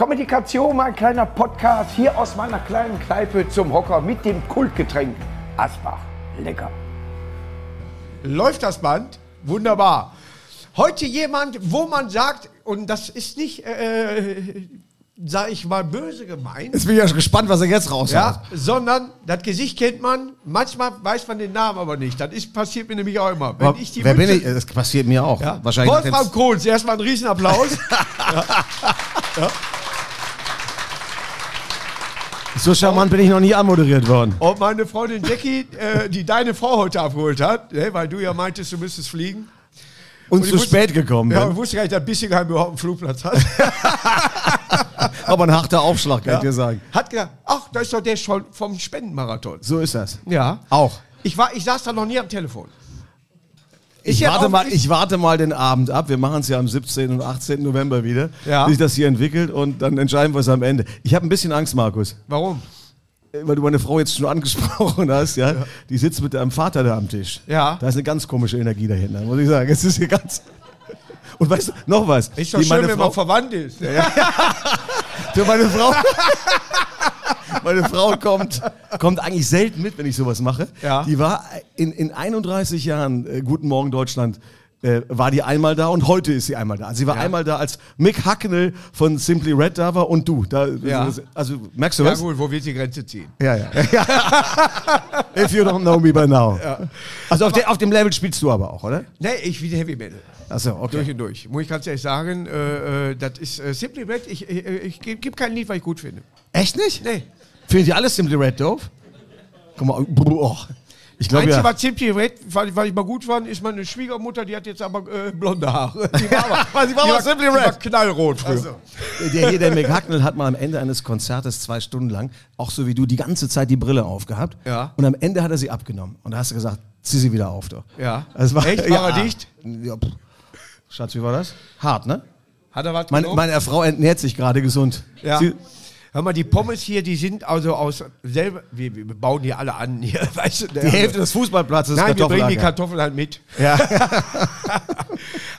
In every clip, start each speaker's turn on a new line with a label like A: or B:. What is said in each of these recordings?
A: Kommunikation, mein kleiner Podcast hier aus meiner kleinen Kneipe zum Hocker mit dem Kultgetränk Asbach. Lecker.
B: Läuft das Band? Wunderbar. Heute jemand, wo man sagt, und das ist nicht, äh, sag ich mal, böse gemeint,
C: Jetzt bin ich ja schon gespannt, was er jetzt raushaut.
B: ja, sondern das Gesicht kennt man, manchmal weiß man den Namen aber nicht. Das ist, passiert mir nämlich auch immer. Wenn
C: Aber
B: ich die
C: wer
B: Mütze-
C: bin ich? Das passiert mir auch.
B: Ja.
C: Wahrscheinlich.
B: Wolfram Kohls, erstmal einen Riesenapplaus.
C: so charmant bin ich noch nie anmoderiert worden.
B: Und meine Freundin Jackie, äh, die deine Frau heute abgeholt hat, ne, weil du ja meintest, du müsstest fliegen.
C: Und,
B: ich
C: zu
B: wusste-
C: spät gekommen.
B: Ja,
C: bin.
B: und wusste gar nicht, dass Bissingheim überhaupt einen Flugplatz hat.
C: Aber ein harter Aufschlag, kann ich dir sagen.
B: Hat gedacht, ach, da ist doch der schon vom Spendenmarathon.
C: So ist das.
B: Ja.
C: Auch.
B: Ich, war, ich saß da noch nie am Telefon.
C: Ich,
B: ja
C: warte
B: auch-
C: mal, ich warte mal den Abend ab. Wir machen es ja am 17. und 18. November wieder,
B: Ja.
C: wie sich das hier entwickelt und dann entscheiden wir es am Ende. Ich habe ein bisschen Angst, Markus,
B: Warum?
C: äh, weil du meine Frau jetzt schon angesprochen hast. Ja? Die sitzt mit deinem Vater da am Tisch.
B: Ja.
C: Da ist eine ganz komische Energie dahinter, muss ich sagen. Es ist hier ganz. Und weißt du, noch was.
B: Ist doch
C: Die-
B: schön,
C: meine
B: wenn
C: Frau-
B: man verwandt ist.
C: Du, meine Frau. Meine Frau kommt, kommt eigentlich selten mit, wenn ich sowas mache.
B: Ja.
C: Die war in, in 31 Jahren äh, Guten Morgen Deutschland äh, war die einmal da und heute ist sie einmal da. Also sie war einmal da, als Mick Hacknell von Simply Red da war und du. Da,
B: Ja.
C: Also merkst du
B: Ja
C: was?
B: gut, wo wird die Grenze ziehen?
C: Ja, ja. If you don't know me by now. Also auf, der, auf dem Level spielst du aber auch, oder?
B: Nee, ich bin Heavy Metal.
C: Achso,
B: Durch
C: okay.
B: und durch. Muss ich ganz ehrlich sagen, äh, äh, das ist äh, Simply Red. Ich, ich, ich gebe kein Lied, was ich gut finde.
C: Echt nicht?
B: Nee.
C: Finden die alle Simply Red doof? Guck mal, oh. ich glaube
B: Einzige,
C: ja.
B: was Simply Red, weil, weil ich mal gut fand, ist meine Schwiegermutter, die hat jetzt aber äh, blonde Haare. Die war aber,
C: Sie war aber Simply
B: die
C: Red.
B: war knallrot früher.
C: Der hier, der McHacknell, hat mal am Ende eines Konzertes zwei Stunden lang, auch so wie du, die ganze Zeit die Brille aufgehabt.
B: Ja.
C: Und am Ende hat er sie abgenommen. Und da hast du gesagt, zieh sie wieder auf, doch.
B: Ja.
C: Das war,
B: Echt? War
C: ja.
B: er dicht?
C: Ja, pff. Schatz, wie war das? Hart, ne?
B: Hat er was
C: Meine,
B: genommen?
C: meine Frau entnährt sich gerade gesund.
B: Ja.
C: Sie,
B: Hör mal, die Pommes hier, die sind also aus selber. Wir, wir bauen die alle an hier, weißt du? ne?
C: die Hälfte des Fußballplatzes ist
B: Nein, wir bringen die Kartoffeln
C: Kartoffellager.
B: halt mit.
C: Ja.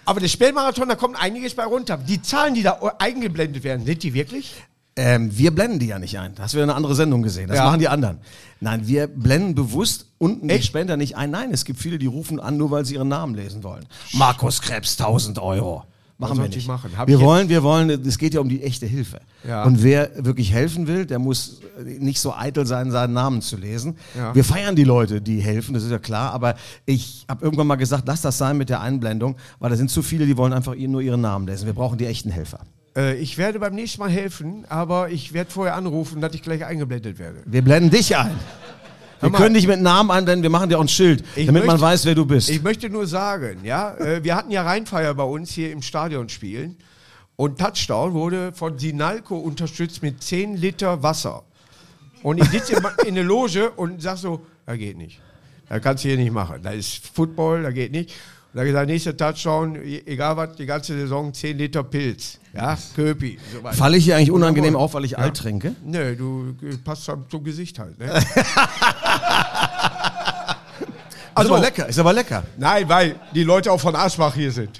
B: Aber der Spätmarathon, da kommt einiges bei runter. Die Zahlen, die da eingeblendet werden, sind die wirklich?
C: ähm, wir blenden die ja nicht ein. Das hast du wieder eine andere Sendung gesehen. Das
B: Ja.
C: machen die anderen. Nein, wir blenden bewusst unten die
B: Echt?
C: Spender nicht ein. Nein, es gibt viele, die rufen an, nur weil sie ihren Namen lesen wollen. Markus Krebs, 1000 Euro. Machen wir
B: sollte ich
C: nicht.
B: machen? Hab
C: Wir
B: ich jetzt-
C: wollen, wir wollen, es geht ja um die echte Hilfe.
B: Ja.
C: Und wer wirklich helfen will, der muss nicht so eitel sein, seinen Namen zu lesen.
B: Ja.
C: Wir feiern die Leute, die helfen, das ist ja klar. Aber ich habe irgendwann mal gesagt, lass das sein mit der Einblendung, weil da sind zu viele, die wollen einfach nur ihren Namen lesen. Wir brauchen die echten Helfer.
B: Äh, ich werde beim nächsten Mal helfen, aber ich werde vorher anrufen, dass ich gleich eingeblendet werde.
C: Wir blenden dich ein. Wir
B: mal.
C: können dich mit Namen einblenden, wir machen dir auch ein Schild,
B: Ich
C: damit man
B: möchte-
C: weiß, wer du bist.
B: Ich möchte nur sagen, ja, äh, wir hatten ja Rheinfeier bei uns hier im Stadion spielen und Touchdown wurde von Sinalco unterstützt mit 10 Liter Wasser. Und ich sitze in, in der Loge und sag so, da geht nicht. Da kannst du hier nicht machen. Da ist Football, da geht nicht. Und da gesagt, nächster Touchdown, e- egal was, die ganze Saison 10 Liter Pilz. Ja, Köpi. So weiter.
C: Falle ich hier eigentlich unangenehm auf, weil ich alt trinke?
B: Nö, du äh, passt zum, zum Gesicht halt. Ne?
C: Also, ist aber lecker, ist aber lecker.
B: Nein, weil die Leute auch von Aschbach hier sind.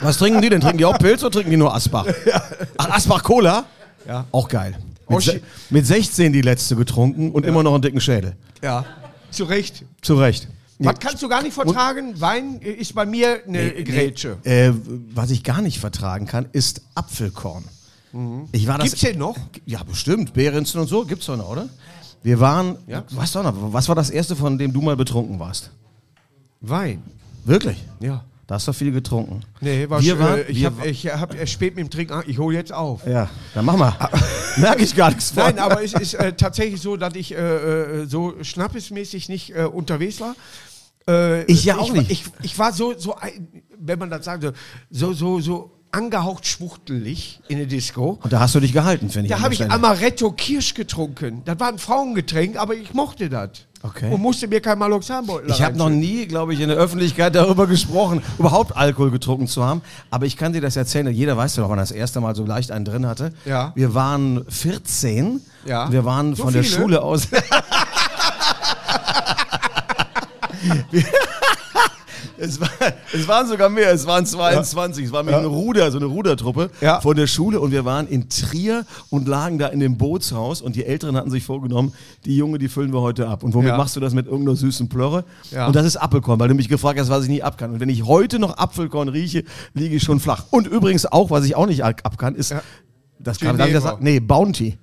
C: Was trinken die denn? Trinken die auch Pilz oder trinken die nur Asbach? Ach, Asbach Cola?
B: Ja.
C: Auch geil. Mit,
B: Oh,
C: se-
B: shit.
C: mit 16 die letzte getrunken und immer noch einen dicken Schädel.
B: Ja. Zu Recht.
C: Zu Recht.
B: Was kannst du gar nicht vertragen? Wein äh, ist bei mir eine Grätsche.
C: Äh, was ich gar nicht vertragen kann, ist Apfelkorn. Ich war das
B: Mhm. Gibt's den noch?
C: Ja, bestimmt. Behrensen und so gibt's doch noch, oder? Wir waren,
B: Ja.
C: was, doch noch, was war das erste, von dem du mal betrunken warst?
B: Wein.
C: Wirklich?
B: Ja.
C: Da hast du viel getrunken.
B: Nee, war
C: wir
B: sch-
C: waren,
B: äh, ich
C: wir Äh,
B: habe ich hab erst spät mit dem Trinken. an- Ich hole jetzt auf.
C: ja, dann mach mal. Merke ich gar nichts von.
B: Ah. Nein, aber es ist äh, tatsächlich so, dass ich äh, äh, so schnappesmäßig nicht äh, unterwegs war. Äh,
C: Ich ja auch
B: war-
C: nicht.
B: Ich, ich war so, so ein, wenn man das sagen soll, so, so, so angehaucht schwuchtelig in der Disco.
C: Und da hast du dich gehalten, finde ich.
B: Da
C: an
B: habe
C: der
B: ich
C: Stelle.
B: Amaretto Kirsch getrunken. Das war ein Frauengetränk, aber ich mochte das.
C: Okay.
B: Und musste mir kein Maloxanbeutel
C: Ich habe noch
B: reinschütten.
C: nie, glaube ich, in der Öffentlichkeit darüber gesprochen, überhaupt Alkohol getrunken zu haben. Aber ich kann dir das erzählen. Jeder weiß ja noch, wann er das erste Mal so leicht einen drin hatte.
B: Ja.
C: Wir waren 14.
B: Ja.
C: Wir waren
B: So
C: von der
B: viele?
C: Schule aus. Wir- Es, war, es waren sogar mehr, es waren 22. Es war mit einem Ruder, so eine Rudertruppe
B: Ja.
C: von der Schule und wir waren in Trier und lagen da in dem Bootshaus und die Älteren hatten sich vorgenommen, die Junge, die füllen wir heute ab. Und womit
B: Ja.
C: machst du das mit irgendeiner süßen Plörre?
B: Ja.
C: Und das ist Apfelkorn, weil du mich gefragt hast, was ich nicht ab kann. Und wenn ich heute noch Apfelkorn rieche, liege ich schon flach. Und übrigens auch, was ich auch nicht ab ab kann, ist,
B: Ja.
C: das kann, darf ich das
B: Geneva.
C: sagen? Nee, Bounty.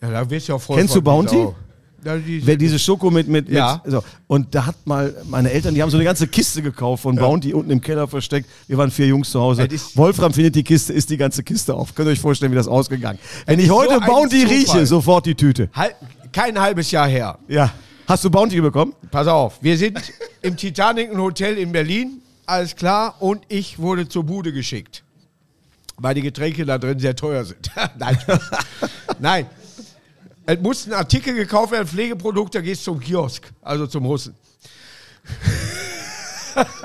B: Ja, da wirst du ja voll
C: Kennst
B: von,
C: du Bounty?
B: die Sau. Ja, die,
C: Wer diese Schoko mit, mit, mit
B: Ja.
C: so. Und da hat mal meine Eltern, die haben so eine ganze Kiste gekauft von Bounty unten im Keller versteckt. Wir waren vier Jungs zu Hause.
B: Das ist-
C: Wolfram findet die Kiste, isst die ganze Kiste auf. Könnt ihr euch vorstellen, wie das ausgegangen Wenn ich
B: ist
C: heute
B: so ein
C: Bounty
B: Zufall.
C: rieche, sofort die Tüte.
B: halb, kein halbes Jahr her.
C: Ja. Hast du Bounty bekommen?
B: Pass auf, wir sind im Titanic ein Hotel in Berlin, alles klar, und ich wurde zur Bude geschickt, weil die Getränke da drin sehr teuer sind. Nein, Spaß. Nein. Es mussten Artikel gekauft werden, Pflegeprodukte, da gehst du zum Kiosk, also zum Russen.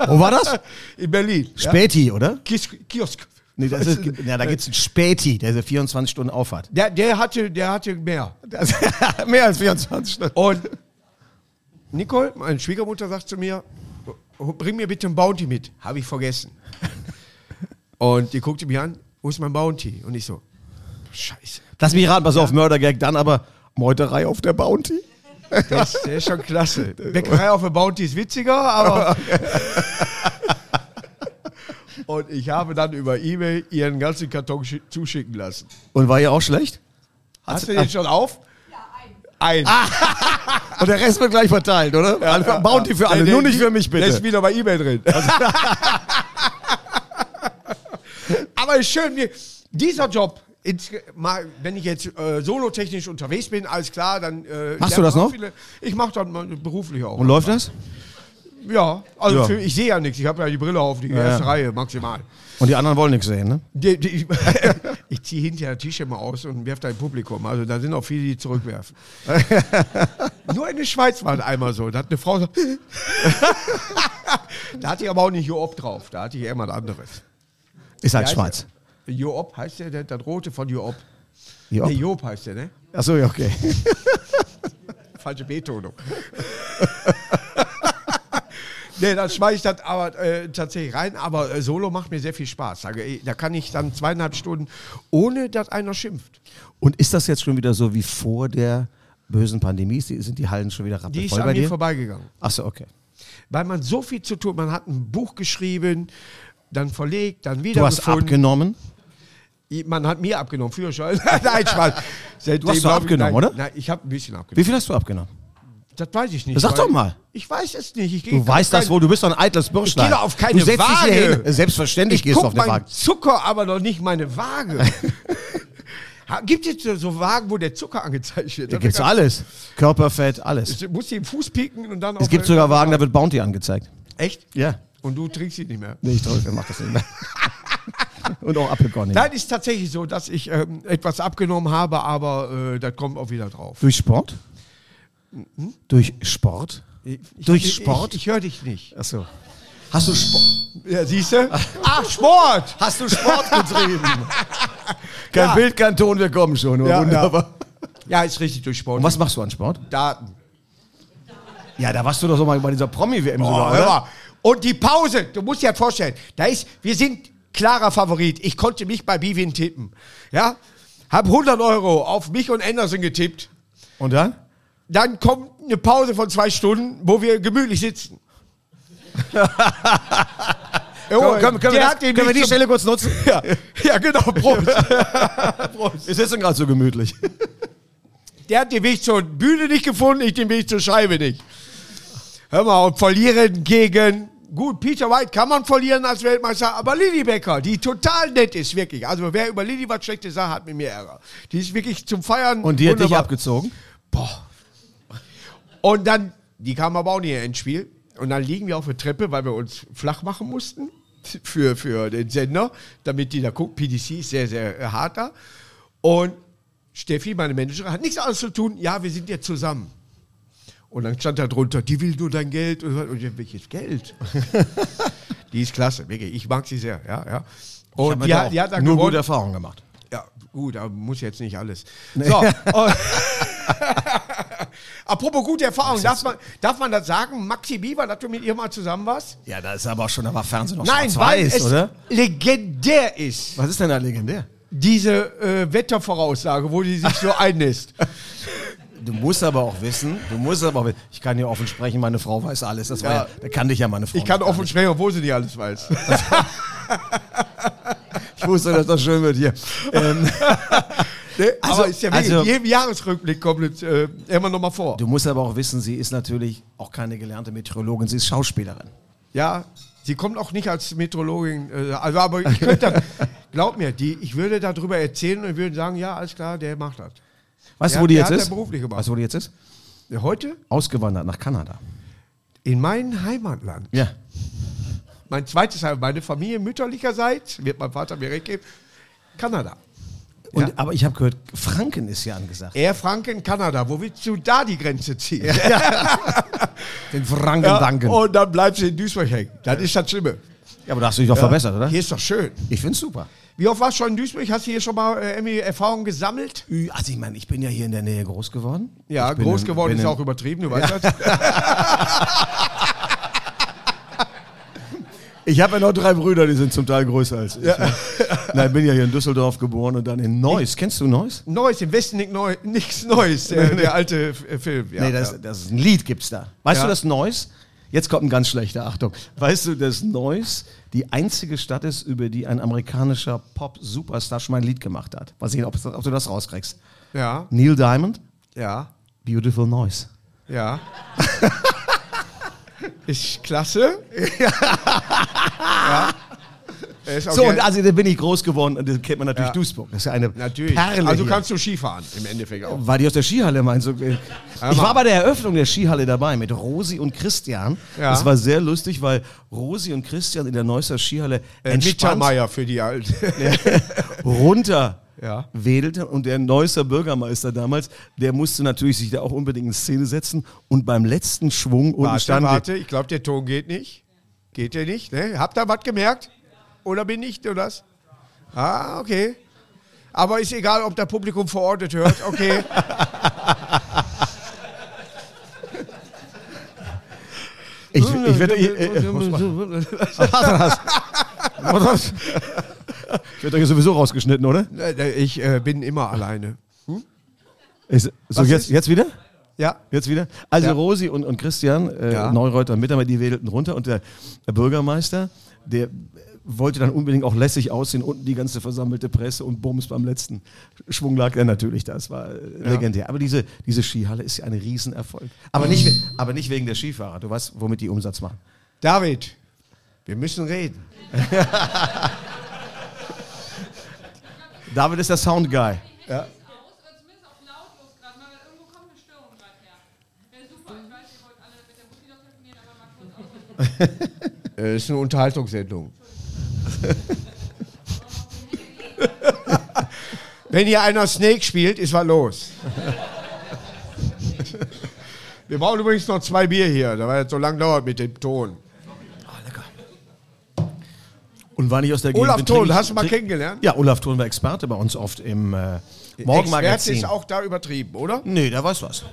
C: Wo war das?
B: In Berlin. ja?
C: Späti, oder?
B: Kios- Kiosk.
C: Nee, das ist, ja, da gibt's einen Späti, der ist ja 24 Stunden Auffahrt.
B: Der, der, hatte, der hatte mehr.
C: Das, mehr als 24 Stunden.
B: Und Nicole, meine Schwiegermutter, sagt zu mir, bring mir bitte ein Bounty mit. Habe ich vergessen. Und die guckte mich an, wo ist mein Bounty? Und ich so, scheiße.
C: Lass mich raten, pass auf, Mördergag, dann aber Meuterei auf der Bounty.
B: Der ist, der ist schon klasse. Bäckerei auf der Bounty ist witziger, aber... Und ich habe dann über Ebay ihren ganzen Karton schi- zuschicken lassen.
C: Und war ja auch schlecht?
B: Hast du den schon auf? Ja, ein. Ein.
C: Und der Rest wird gleich verteilt, oder? Einfach Bounty für alle,
B: Der-
C: nur
B: der-
C: nicht für mich
B: Der ist
C: bitte.
B: wieder bei eBay drin.
C: Also-
B: Aber ist schön, mir- dieser Job. ins- mal, wenn ich jetzt äh, solotechnisch unterwegs bin, alles klar, dann. Äh, lernen
C: Machst du das
B: auch
C: noch?
B: Viele, ich mache das mal beruflich auch.
C: Und läuft das?
B: ja, also
C: Ja.
B: Für, ich sehe ja nichts. Ich habe ja die Brille auf, die erste
C: ja.
B: Reihe maximal.
C: Und die anderen wollen nichts sehen, ne?
B: Die, die, ich ziehe hinterher das T-Shirt mal aus und werfe da im Publikum. Also da sind auch viele, die zurückwerfen. Nur in der Schweiz war es einmal so. Da hat eine Frau so. da hatte ich aber auch nicht Joop drauf. Da hatte ich eher mal anderes.
C: Ist halt
B: Wie heißt
C: schwarz.
B: der? Joop heißt der, der, das Rote von Joop.
C: Joop.
B: Nee, Joop heißt der, ne?
C: Achso, ja, okay.
B: Falsche Betonung. nee, dann schmeiße ich das aber äh, tatsächlich rein. Aber äh, Solo macht mir sehr viel Spaß. Da, da kann ich dann zweieinhalb Stunden, ohne dass einer schimpft.
C: Und ist das jetzt schon wieder so wie vor der bösen Pandemie? Ist die- Sind die Hallen schon wieder
B: Die ist
C: rappelvoll
B: an
C: bei
B: mir
C: dir?
B: vorbeigegangen.
C: Achso, okay.
B: Weil man so viel zu tun, man hat ein Buch geschrieben, dann verlegt, dann wieder
C: Du hast abgenommen?
B: Man hat mir abgenommen, Führerschein. nein, Spaß. Seitdem
C: hast doch
B: glaub ich-
C: abgenommen,
B: nein,
C: oder?
B: Nein, ich habe ein bisschen abgenommen.
C: Wie viel hast du abgenommen?
B: Das weiß ich nicht.
C: Sag
B: weil-
C: doch mal.
B: Ich weiß es nicht. Ich geh-
C: Du weißt
B: kein-
C: das wohl, du bist doch ein eitles Bürschlein.
B: Ich geh doch auf keine
C: du setzt
B: Waage.
C: Dich hier hin. Selbstverständlich
B: Ich
C: gehst du auf
B: guck
C: eine
B: meinen
C: Waage.
B: Zucker, aber noch nicht meine Waage. Ha- Gibt es so- so Wagen, wo der Zucker angezeigt wird?
C: Da gibt's alles. Körperfett, alles.
B: Du musst den Fuß pieken und dann
C: Es gibt sogar Wagen, da wird Bounty angezeigt.
B: Echt?
C: Ja.
B: Und du trinkst sie nicht mehr.
C: Nee, ich drücke, mach das nicht mehr. Und auch Apfelkorn. nicht mehr.
B: Nein, ist tatsächlich so, dass ich ähm, etwas abgenommen habe, aber äh, das kommt auch wieder drauf.
C: Durch Sport? Durch Sport?
B: Ich-
C: Durch
B: ich,
C: Sport?
B: Ich, ich höre dich nicht.
C: Achso. Hast du Sport?
B: Ja, siehst du? Ach, Sport!
C: Hast du Sport getrieben? kein
B: Ja.
C: Bild, kein Ton, wir kommen schon.
B: Ja,
C: wunderbar.
B: Ja, ist richtig, durch Sport.
C: Und was machst du an Sport?
B: Daten.
C: Ja, da warst du doch so mal bei dieser Promi-WM
B: Oh, hör mal. Und die Pause, du musst dir das vorstellen, da ist, wir sind klarer Favorit. Ich konnte nicht bei Bivin tippen. Ja? Hab 100 Euro auf mich und Anderson getippt.
C: Und dann?
B: Dann kommt eine Pause von zwei Stunden, wo wir gemütlich sitzen. Jo, der hat den nicht zum-
C: kurz nutzen?
B: Ja, ja genau, Prost.
C: Wir sitzen gerade so gemütlich.
B: Der hat den Weg zur Bühne nicht gefunden, ich den Weg zur Scheibe nicht. Hör mal, und verlieren gegen. Gut, Peter White kann man verlieren als Weltmeister, aber Lilly Becker, die total nett ist, wirklich. Also wer über Lilly was Schlechtes sagt, hat mit mir Ärger. Die ist wirklich zum Feiern.
C: Und die hat dich
B: wunderbar.
C: abgezogen?
B: Boah. Und dann, die kamen aber auch nicht ins Spiel. Und dann liegen wir auf der Treppe, weil wir uns flach machen mussten für, für den Sender, damit die da guckt. PDC ist sehr, sehr äh, hart da. Und Steffi, meine Managerin, hat nichts anderes zu tun. Ja, wir sind jetzt zusammen. Und dann stand da drunter, die will nur dein Geld. Und ich hab, welches Geld? die ist klasse, wirklich. Ich mag sie sehr, ja, ja. Und die, hat- die hat dann
C: nur
B: gewonnen.
C: gute Erfahrungen gemacht. Oh.
B: Ja, gut, aber muss jetzt nicht alles. So. und- Apropos gute Erfahrung, darf man, darf man das sagen, Maxi Bieber, dass du mit ihr mal zusammen warst?
C: Ja, da ist aber auch schon, da war Fernsehen noch
B: Nein, weil
C: schwarz-weiß,
B: es
C: oder?
B: legendär ist.
C: Was ist denn da legendär?
B: diese äh, Wettervoraussage, wo die sich so einlässt.
C: Du musst aber auch wissen, du musst aber auch wissen. Ich kann hier offen sprechen, meine Frau weiß alles. Das war
B: Ja.
C: ja, da kann dich ja meine Frau.
B: Ich kann
C: nicht.
B: offen sprechen, obwohl sie nicht alles weiß.
C: Ich wusste, dass das schön wird hier. Ähm,
B: Ne?
C: Also-
B: Aber ist ja wirklich,
C: also-
B: jedem Jahresrückblick kommt es äh, immer nochmal vor.
C: du musst aber auch wissen, sie ist natürlich auch keine gelernte Meteorologin, sie ist Schauspielerin.
B: Ja, sie kommt auch nicht als Meteorologin. Äh, also, aber ich könnte das, glaub mir, die, ich würde darüber erzählen und würde sagen, ja, alles klar, der macht das.
C: Weißt
B: Ja,
C: du, wo die
B: der
C: jetzt
B: hat
C: ist?
B: ja beruflich gemacht.
C: Weißt du, wo die jetzt ist?
B: Heute
C: Ausgewandert nach Kanada.
B: in mein Heimatland.
C: Ja.
B: Mein zweites Heimat, meine Familie mütterlicherseits, wird mein Vater mir recht geben, Kanada.
C: Und,
B: Ja.
C: Aber ich habe gehört, Franken ist ja angesagt.
B: Er Franken, Kanada. Wo willst du da die Grenze ziehen?
C: Den Franken
B: Ja,
C: danken.
B: Und dann bleibst du in Duisburg hängen. Das ist das Schlimme.
C: Ja, aber da hast du dich doch verbessert, oder?
B: Hier ist doch schön.
C: Ich find's super.
B: Wie oft warst du schon in Duisburg? Hast du hier schon mal äh, Emmy Erfahrung gesammelt?
C: Ü, Also ich meine, ich bin ja hier in der Nähe groß geworden.
B: Ja,
C: Ich bin
B: groß
C: in-
B: geworden
C: bin
B: ist
C: in-
B: auch übertrieben, du weißt das.
C: Ich habe ja noch drei Brüder, die sind zum Teil größer als ich. Ja. Nein, bin ja hier in Düsseldorf geboren und dann in Neuss. Kennst du Neuss?
B: Neues, im Westen nicht neu, nichts Neues, äh, der alte äh, Film. Ja,
C: nee, das,
B: ja.
C: das ist ein Lied gibt's da. Weißt
B: Ja.
C: du, dass Neuss, jetzt kommt ein ganz schlechter, Achtung. Weißt du, dass Neuss die einzige Stadt ist, über die ein amerikanischer Pop-Superstar schon mal ein Lied gemacht hat? Weiß ich nicht, ob, ob du das rauskriegst.
B: ja,
C: Neil Diamond,
B: ja,
C: Beautiful Noise.
B: ja. ist klasse. ja. Er Ist auch
C: So, und
B: gerne-
C: also da bin ich groß geworden und das kennt man natürlich
B: Ja.
C: Duisburg. Das ist ja eine
B: natürlich.
C: Perle
B: also
C: hier.
B: kannst du Skifahren im Endeffekt auch.
C: War die aus der Skihalle, meinst du? Ich war bei der Eröffnung der Skihalle dabei mit Rosi und Christian.
B: Ja.
C: Das war sehr lustig, weil Rosi und Christian in der Neusser Skihalle
B: Äh,
C: entspannt
B: Mittermeier für die alte.
C: runter
B: Ja.
C: wedelte und der Neusser Bürgermeister damals, der musste natürlich sich da auch unbedingt in Szene setzen und beim letzten Schwung unten
B: Warte,
C: stand
B: warte, ich glaube, der Ton geht nicht. Geht der nicht? Ne? Habt ihr was gemerkt? Oder bin ich nur das? Ah, okay. Aber ist egal, ob der Publikum vor Ort das hört. Okay.
C: Ich, ich werde ich, äh, ich, werd euch sowieso rausgeschnitten, oder?
B: ich äh, bin immer alleine.
C: Ich, so
B: Was
C: jetzt,
B: ist?
C: jetzt wieder?
B: Ja.
C: Jetzt wieder? Also
B: Ja.
C: Rosi und, und Christian, äh,
B: Ja.
C: Neureuter und Mitarbeiter, die wedelten runter und der, der Bürgermeister, der äh, wollte dann unbedingt auch lässig aussehen, unten die ganze versammelte Presse und Bums beim letzten Schwung lag er natürlich da. Es war äh, legendär. Aber diese, diese Skihalle ist ja ein Riesenerfolg. Aber nicht, we- aber nicht wegen der Skifahrer. Du weißt, womit die Umsatz machen.
B: David, wir müssen reden.
C: David ist der Sound Guy.
D: aus oder zumindest auf lautlos gerade mal, weil irgendwo kommt eine Störung gerade her. Wäre super, ich weiß, ihr wollt alle mit der Mutti noch telefonieren, aber mal kurz aus.
B: Äh, ist eine Unterhaltungssendung. Wenn hier einer Snake spielt, ist was los. Wir brauchen übrigens noch zwei Bier hier, da weil es so lange dauert mit dem Ton.
C: Und war nicht aus der Gegend.
B: Olaf
C: bin, trinke
B: Thon,
C: ich-
B: hast du mal
C: trinke-
B: kennengelernt?
C: Ja, Olaf Thon war Experte bei uns oft im äh, Morgenmagazin.
B: Experte ist auch da übertrieben, oder?
C: Nee, der weiß was.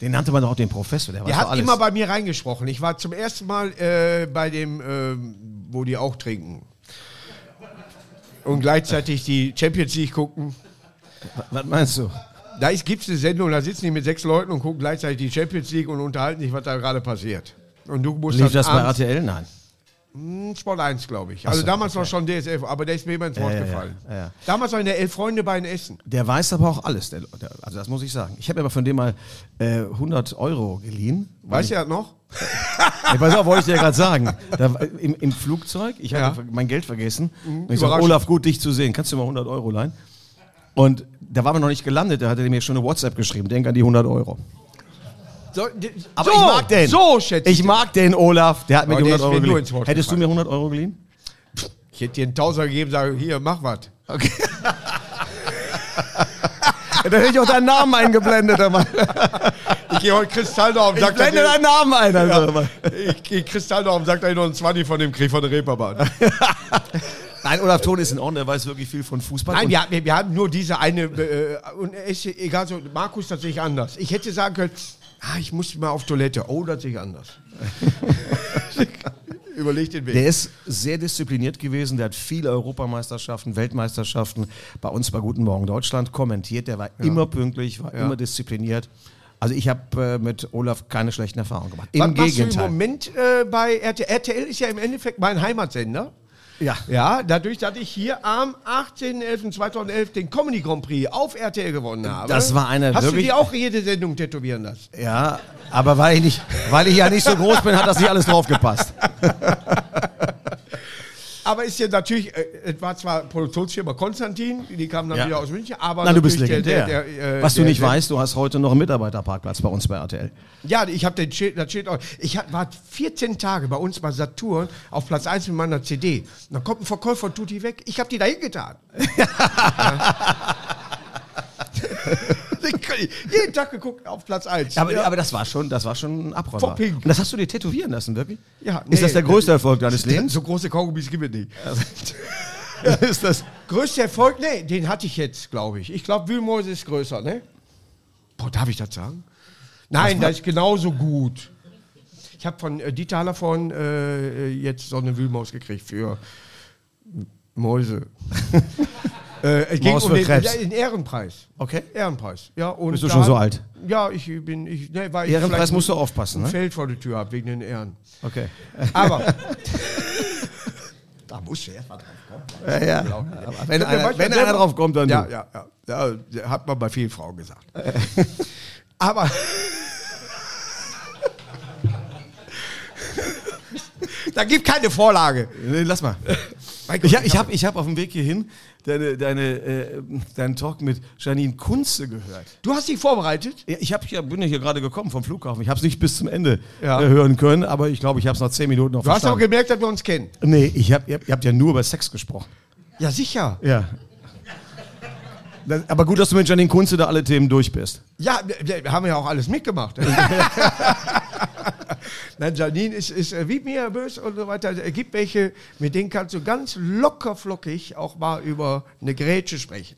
C: Den nannte man doch auch den Professor, der weiß
B: Der
C: doch
B: hat
C: alles.
B: immer bei mir reingesprochen. Ich war zum ersten Mal äh, bei dem, ähm, wo die auch trinken. Und gleichzeitig die Champions League gucken.
C: was meinst du?
B: Da gibt es eine Sendung, da sitzen die mit sechs Leuten und gucken gleichzeitig die Champions League und unterhalten sich, was da gerade passiert. Und du musst
C: Lief das bei
B: abends-
C: RTL? Nein.
B: Hm, Sport 1, glaube ich. Also
C: so,
B: damals war schon DSF, aber der ist mir immer ins Wort
C: ja, ja,
B: gefallen.
C: ja, ja.
B: Damals war in der Elf Freunde bei in Essen.
C: Der weiß aber auch alles. Der, der, also das muss ich sagen. Ich habe aber von dem mal äh, 100 Euro geliehen.
B: Weißt du ja noch?
C: Ich weiß auch, wollte ich dir gerade sagen. Da, war- im, Im Flugzeug, ich
B: Ja.
C: hatte mein Geld vergessen. Und ich sage,
B: überraschend.
C: Olaf, gut, dich zu sehen. Kannst du mir mal 100 Euro leihen? Und da waren wir noch nicht gelandet. Da hat er mir schon eine WhatsApp geschrieben. Denk an die 100 Euro.
B: So, d-
C: Aber
B: so,
C: ich mag den.
B: So schätze ich.
C: Ich mag den, Olaf. Der hat mir
B: Aber
C: die
B: der
C: 100
B: ist mir
C: Euro
B: nur
C: geliehen.
B: ins Wort
C: Hättest du
B: gefallen.
C: mir 100 Euro geliehen?
B: Ich hätte dir einen Tauser gegeben, sage, hier, mach was.
C: Da hätte ich auch deinen Namen eingeblendet. Mann.
B: Ich gehe heute Kristall da auf den
C: Ich
B: Sack. dass
C: blende
B: ihr-
C: deinen Namen ein. also. einfach mal.
B: Ich gehe Kristall da auf den Sack, da ich noch einen 20 von dem krieg von der Reeperbahn.
C: Nein, Olaf Thon ist in Ordnung, er weiß wirklich viel von Fußball.
B: Nein,
C: Und-
B: wir, äh, wir, wir haben nur diese eine, äh, und es ist egal, so, Markus tatsächlich anders. Ich hätte sagen können, Ah, ich muss mal auf Toilette. Oh, das sehe ich anders. Überleg den Weg.
C: Der ist sehr diszipliniert gewesen, der hat viele Europameisterschaften, Weltmeisterschaften bei uns bei Guten Morgen Deutschland kommentiert. Der war immer pünktlich, war immer diszipliniert. Also ich habe äh, mit Olaf keine schlechten Erfahrungen gemacht. Im
B: Was machst Du im
C: Gegenteil.
B: Moment äh, bei RTL. RTL ist ja im Endeffekt mein Heimatsender.
C: Ja.
B: Ja, dadurch, dass ich hier am 18.11.2011 den Comedy Grand Prix auf RTL gewonnen habe.
C: Das war eine
B: Hast du
C: wirklich-
B: dir auch jede Sendung tätowieren lassen?
C: ja, aber weil ich, nicht, weil ich ja nicht so groß bin, hat das nicht alles draufgepasst.
B: Aber ist ja natürlich, äh, es war zwar Produktionsfirma Konstantin, die kam dann
C: Ja.
B: wieder aus München, aber.
C: Nein, du bist
B: natürlich
C: legendär.
B: äh,
C: Was du
B: der-
C: nicht
B: der-
C: weißt, du hast heute noch einen Mitarbeiterparkplatz bei uns bei RTL.
B: Ja, ich habe den Schild, das Schild auch. Ich hab, war 14 Tage bei uns bei Saturn auf Platz 1 mit meiner CD. Und dann kommt ein Verkäufer und tut die weg. Ich habe die dahin getan. Jeden Tag geguckt auf Platz 1.
C: Aber, aber das war schon, das war schon ein Abräumer.
B: Vor Pink.
C: Und das hast du dir tätowieren lassen, wirklich?
B: Ja, nee,
C: ist das der größte Erfolg deines Lebens?
B: so große Kaugummis gibt es nicht.
C: ist das?
B: Größter Erfolg? Nee, den hatte ich jetzt, glaube ich. Ich glaube, Wühlmäuse ist größer, ne? Boah, darf ich das sagen? Nein, das ist genauso gut. Ich habe von äh, Dieter Haller von äh, jetzt so eine Wühlmaus gekriegt für M- Mäuse. äh, es ging
C: Maus
B: um
C: für
B: den,
C: Krebs.
B: den Ehrenpreis.
C: Okay.
B: Ehrenpreis. Ja, und
C: Bist du
B: da
C: schon so
B: hat-
C: alt?
B: Ja, ich bin. Ich, ne, weil ich
C: Ehrenpreis
B: vielleicht
C: musst du
B: ein-
C: aufpassen,
B: ein
C: ne?
B: Feld vor der Tür habe wegen den Ehren.
C: Okay.
B: Aber. da muss er.
C: Ja, ja. Aber Wenn,
B: Ja,
C: einer,
B: manchmal
C: wenn
B: selber-
C: einer drauf kommt, dann
B: Ja,
C: du.
B: ja, ja, ja. Hat man bei vielen Frauen gesagt. Aber. da gibt keine Vorlage.
C: Nee, lass mal.
B: Mein Gott,
C: Ich, hab- ich habe ich hab auf dem Weg hierhin deine, deine, äh, deinen Talk mit Janine Kunze gehört.
B: Du hast dich vorbereitet?
C: Ja, Ich hab hier, bin ja hier gerade gekommen vom Flughafen. Ich habe es nicht bis zum Ende
B: Ja.
C: äh, hören können, aber ich glaube, ich habe es nach zehn Minuten noch
B: Du hast auch
C: verstanden.
B: gemerkt, dass wir uns kennen.
C: nee, ich hab, ihr, habt- ihr habt ja nur über Sex gesprochen.
B: Ja, sicher.
C: Ja. Das, aber gut, dass du mit Janine Kunze da alle Themen durch bist.
B: Ja, wir wir haben ja auch alles mitgemacht. Nein, Janine ist, ist äh, wie mir bös und so weiter. Es gibt welche, mit denen kannst du ganz locker flockig auch mal über eine Grätsche sprechen.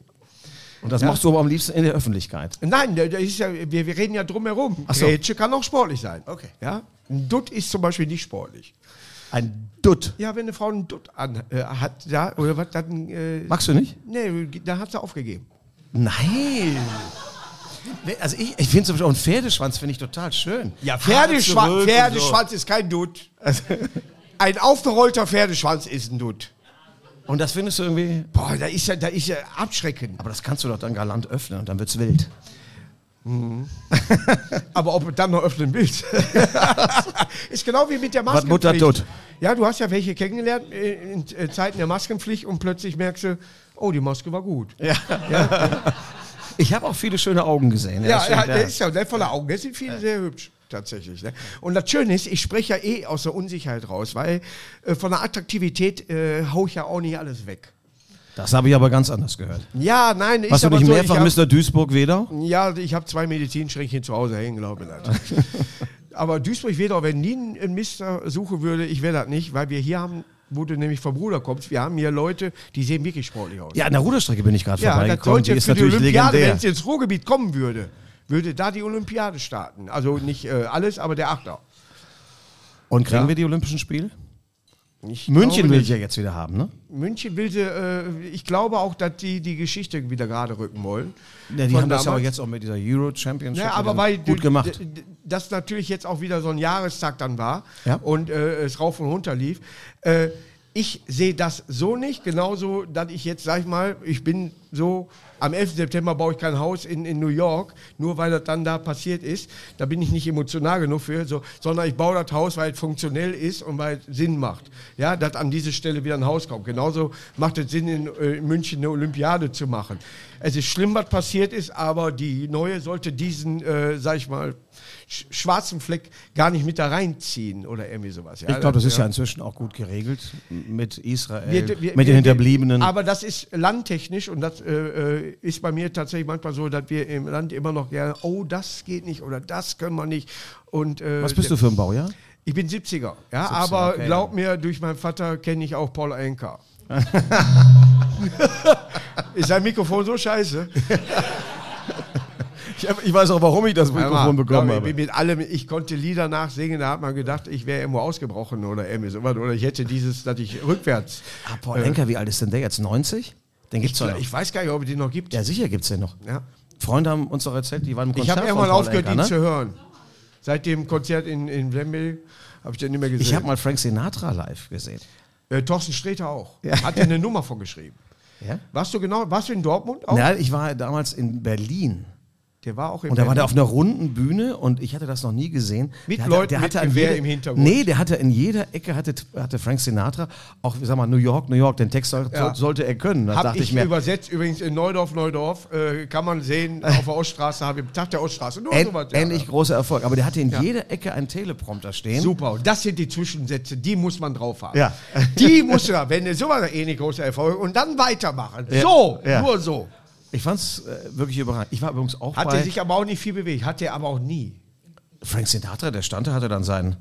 C: Und das machst du aber am liebsten in der Öffentlichkeit.
B: Nein, da- da ist ja, wir, wir reden ja drumherum.
C: Ach so.
B: Grätsche kann auch sportlich sein.
C: Okay.
B: Ja? Ein Dutt ist zum Beispiel nicht sportlich.
C: Ein Dutt.
B: Ja, wenn eine Frau einen Dutt an, äh, hat, ja, oder was, dann. Äh,
C: Magst du nicht?
B: nee, da hat sie aufgegeben.
C: Nein. Also ich, ich finde zum Beispiel auch einen Pferdeschwanz finde ich total schön.
B: Pferdeschwa-
C: Haare zurück und
B: Pferdeschwanz ist kein Dutt. Ein aufgerollter Pferdeschwanz ist ein Dutt.
C: So. Und das findest du irgendwie.
B: Boah, da ist ja, da ist ja abschreckend.
C: Aber das kannst du doch dann galant öffnen und dann wird's wild.
B: Aber ob du dann noch öffnen willst, ist genau wie mit der
C: Was
B: Maskenpflicht.
C: Mutter tut.
B: Ja, du hast ja welche kennengelernt äh, in äh, Zeiten der Maskenpflicht und plötzlich merkst du, oh, die Maske war gut. Ja,
C: Ich habe auch viele schöne Augen gesehen.
B: ja,
C: das stimmt,
B: der ist ja der voller Augen. Der sind viele sehr hübsch. Tatsächlich. Ne? Und das Schöne ist, ich spreche ja eh aus der Unsicherheit raus, weil äh, von der Attraktivität äh, hau ich ja auch nicht alles weg.
C: Das habe ich also aber ganz anders gehört.
B: Ja, nein, ist
C: Hast du
B: aber
C: nicht
B: so,
C: mehrfach
B: ich hab-
C: Mr. Duisburg-Wedau?
B: Ja, ich habe zwei Medizinschränkchen zu Hause hängen, glaube ich. Aber Duisburg wird auch, wenn die einen Mister suchen würde, ich wäre das nicht, weil wir hier haben, wo du nämlich vom Bruder kommst, wir haben hier Leute, die sehen wirklich sportlich aus.
C: Ja, an der Ruderstrecke bin ich gerade
B: das
C: vorbeigekommen. Die
B: sollte
C: ist
B: für die
C: natürlich
B: Olympiade, wenn
C: legendär.
B: es ins Ruhrgebiet kommen würde, würde da die Olympiade starten. Also nicht äh, alles, aber der Achter.
C: Und kriegen wir die Olympischen Spiele?
B: Ich
C: München
B: glaube
C: will
B: nicht.
C: ich ja jetzt wieder haben, ne?
B: München will sie, äh, ich glaube auch, dass die die Geschichte wieder gerade rücken wollen.
C: Ja, die
B: Von
C: haben das ja auch
B: damals.
C: jetzt auch mit dieser Euro Championship
B: Ja, Ne, aber
C: dann
B: weil
C: gut
B: d-
C: gemacht.
B: d- d- das natürlich jetzt auch wieder so ein Jahrestag dann war
C: Ja.
B: und äh, es rauf und runter lief. Äh, ich sehe das so nicht, genauso, dass ich jetzt, sag ich mal, ich bin so, am 11. September baue ich kein Haus in, in New York, nur weil das dann da passiert ist. Da bin ich nicht emotional genug für, so, sondern ich baue das Haus, weil es funktionell ist und weil es Sinn macht. Ja, dass an diese Stelle wieder ein Haus kommt. Genauso macht es Sinn, in, äh, in München eine Olympiade zu machen. Es ist schlimm, was passiert ist, aber die neue sollte diesen, äh, sag ich mal, sch schwarzen Fleck gar nicht mit da reinziehen oder irgendwie sowas. Ja?
C: Ich glaube, das ist ja inzwischen auch gut geregelt mit Israel,
B: Also Wir- wir-
C: mit
B: wir-
C: den Hinterbliebenen.
B: Aber das ist landtechnisch und das äh, äh, ist bei mir tatsächlich manchmal so, dass wir im Land immer noch gerne, oh, das geht nicht oder das können wir nicht. Und, äh,
C: Was bist du für ein Baujahr?
B: Ich bin 70er, ja, aber
C: okay.
B: glaub mir, durch meinen Vater kenne ich auch Paul Anker. ist sein Mikrofon so scheiße?
C: Ich, hab, ich weiß auch, warum ich das
B: Hör mal,
C: Mikrofon bekommen
B: glaub ich,
C: habe.
B: bin Mit allem, ich konnte Lieder nachsingen, da hat man gedacht, ich wäre irgendwo ausgebrochen oder irgendwie sowas. Oder ich hätte dieses, dass ich rückwärts.
C: Ah, Paul Lenker, wie alt ist denn der jetzt? 90? Den gibt's doch noch.
B: Ich weiß gar nicht, ob es den noch gibt.
C: ja, sicher gibt's den noch.
B: Ja.
C: Freunde haben uns doch erzählt, die waren im
B: Ich
C: Konzert
B: habe irgendwann
C: von Paul ne?
B: aufgehört, ihn
C: Anka,
B: zu hören. Seit dem Konzert in, in Wembley habe ich den nicht mehr gesehen.
C: Ich habe mal Frank Sinatra live gesehen.
B: äh, Thorsten Sträter auch.
C: Ja.
B: Hat dir eine Nummer von geschrieben.
C: Ja?
B: Warst du genau, warst du in Dortmund auch?
C: Na, ich war damals in Berlin
B: Der war auch in
C: und da war der
B: Wembley.
C: auf einer runden Bühne und ich hatte das noch nie gesehen.
B: Mit
C: der
B: Leuten
C: der
B: mit
C: an
B: Gewehr
C: jeder-
B: im Hintergrund.
C: Nee, der hatte in jeder Ecke hatte, hatte Frank Sinatra auch, ich sag mal, New York, New York, den Text soll,
B: Ja.
C: sollte er können. Da
B: Hab
C: dachte
B: ich,
C: ich mir,
B: übersetzt, übrigens in Neudorf, Neudorf, äh, kann man sehen, auf der Oststraße, habe ich Tag der Oststraße, nur
C: ähn-
B: sowas, ja.
C: ähnlich großer Erfolg. Aber der hatte in jeder Ecke einen Teleprompter stehen.
B: Super, und das sind die Zwischensätze, die muss man drauf haben.
C: Ja.
B: Die muss man, wenn du sowas ähnlich großer Erfolg und dann weitermachen.
C: Ja.
B: So,
C: Ja.
B: nur so.
C: Ich fand's äh, wirklich überragend. Ich war übrigens auch
B: Hat
C: bei
B: er sich aber auch nicht viel bewegt, hat er aber auch nie.
C: Frank Sinatra, der stand da, hatte dann sein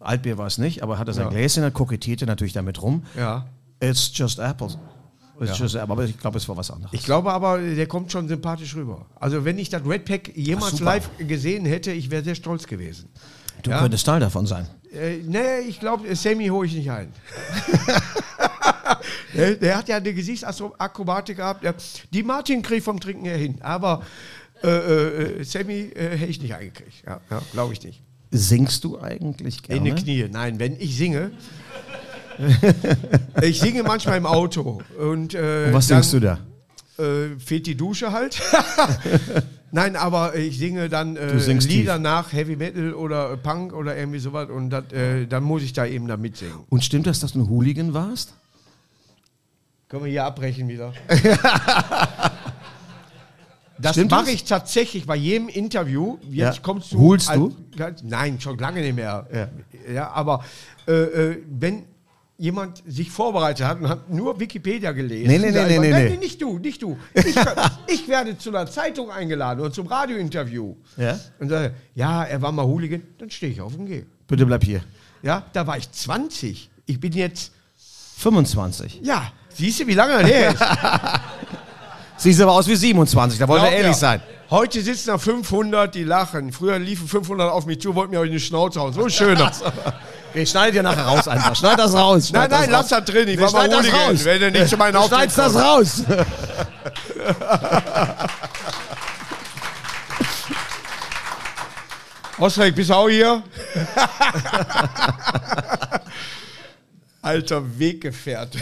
C: Altbier war es nicht, aber hatte sein Gläschen, dann kokettierte natürlich damit rum.
B: Ja.
C: It's just apples. It's just apples. Aber ich glaube, es war was anderes.
B: Ich glaube aber, der kommt schon sympathisch rüber. Also wenn ich das Red Pack
C: Ach,
B: jemals
C: super.
B: live gesehen hätte, ich wäre sehr stolz gewesen.
C: du
B: ja.
C: könntest Teil davon sein.
B: Äh, nee, ich glaube, Sammy hole ich nicht ein. der, der hat ja eine Gesichtsakrobatik gehabt. Der, die Martin kriegt vom Trinken her hin. Aber äh, äh, äh, Sammy äh, hätte ich nicht eingekriegt. Ja, ja, glaube ich nicht.
C: Singst du eigentlich
B: In die
C: gerne?
B: Knie. Nein, wenn ich singe. ich singe manchmal im Auto. Und, äh,
C: Was
B: dann,
C: singst du da?
B: Äh, fehlt die Dusche halt. Nein, aber ich singe dann äh,
C: Du singst
B: Lieder nach Heavy Metal oder äh, Punk oder irgendwie sowas und dat, äh, dann muss ich da eben da mitsingen.
C: Und stimmt das, dass du ein Hooligan warst?
B: Können wir hier abbrechen wieder? das
C: Stimmt
B: mache
C: das?
B: ich tatsächlich bei jedem Interview. Jetzt
C: Ja.
B: kommst du.
C: Holst
B: als-
C: du?
B: Ganz, nein, schon lange nicht mehr. Ja, aber äh, äh, wenn jemand sich vorbereitet hat und hat nur Wikipedia gelesen.
C: Nee, nee, nee,
B: sag ich
C: nee,
B: mal,
C: nee,
B: nein,
C: nee.
B: Nicht du, nicht du. Ich, ver- ich werde zu einer Zeitung eingeladen und zum Radiointerview.
C: Ja.
B: Und sage, ja, er war mal Hooligan, dann stehe ich auf und gehe.
C: Bitte bleib hier.
B: Ja, da war ich 20. Ich bin jetzt,
C: 25.
B: ja, siehst du, wie lange das her ist?
C: Siehst aber aus wie 27, da wollen wir
B: Glaub
C: ehrlich
B: mir.
C: sein.
B: Heute sitzen da 500, die lachen. Früher liefen 500 auf mich zu, wollten mir aber in die Schnauze hauen. So schön das.
C: Ich schneide dir nachher raus einfach. Schneid das raus.
B: nein,
C: schneid
B: nein,
C: das
B: lass
C: raus.
B: das drin. Ich
C: Nee,
B: war mal
C: schneid das
B: Hooligan,
C: raus.
B: wenn du nicht zu meinen
C: Du schneidest
B: Auftritten
C: das
B: kommst.
C: raus.
B: Ostrich, bist du auch hier? Alter Weggefährte.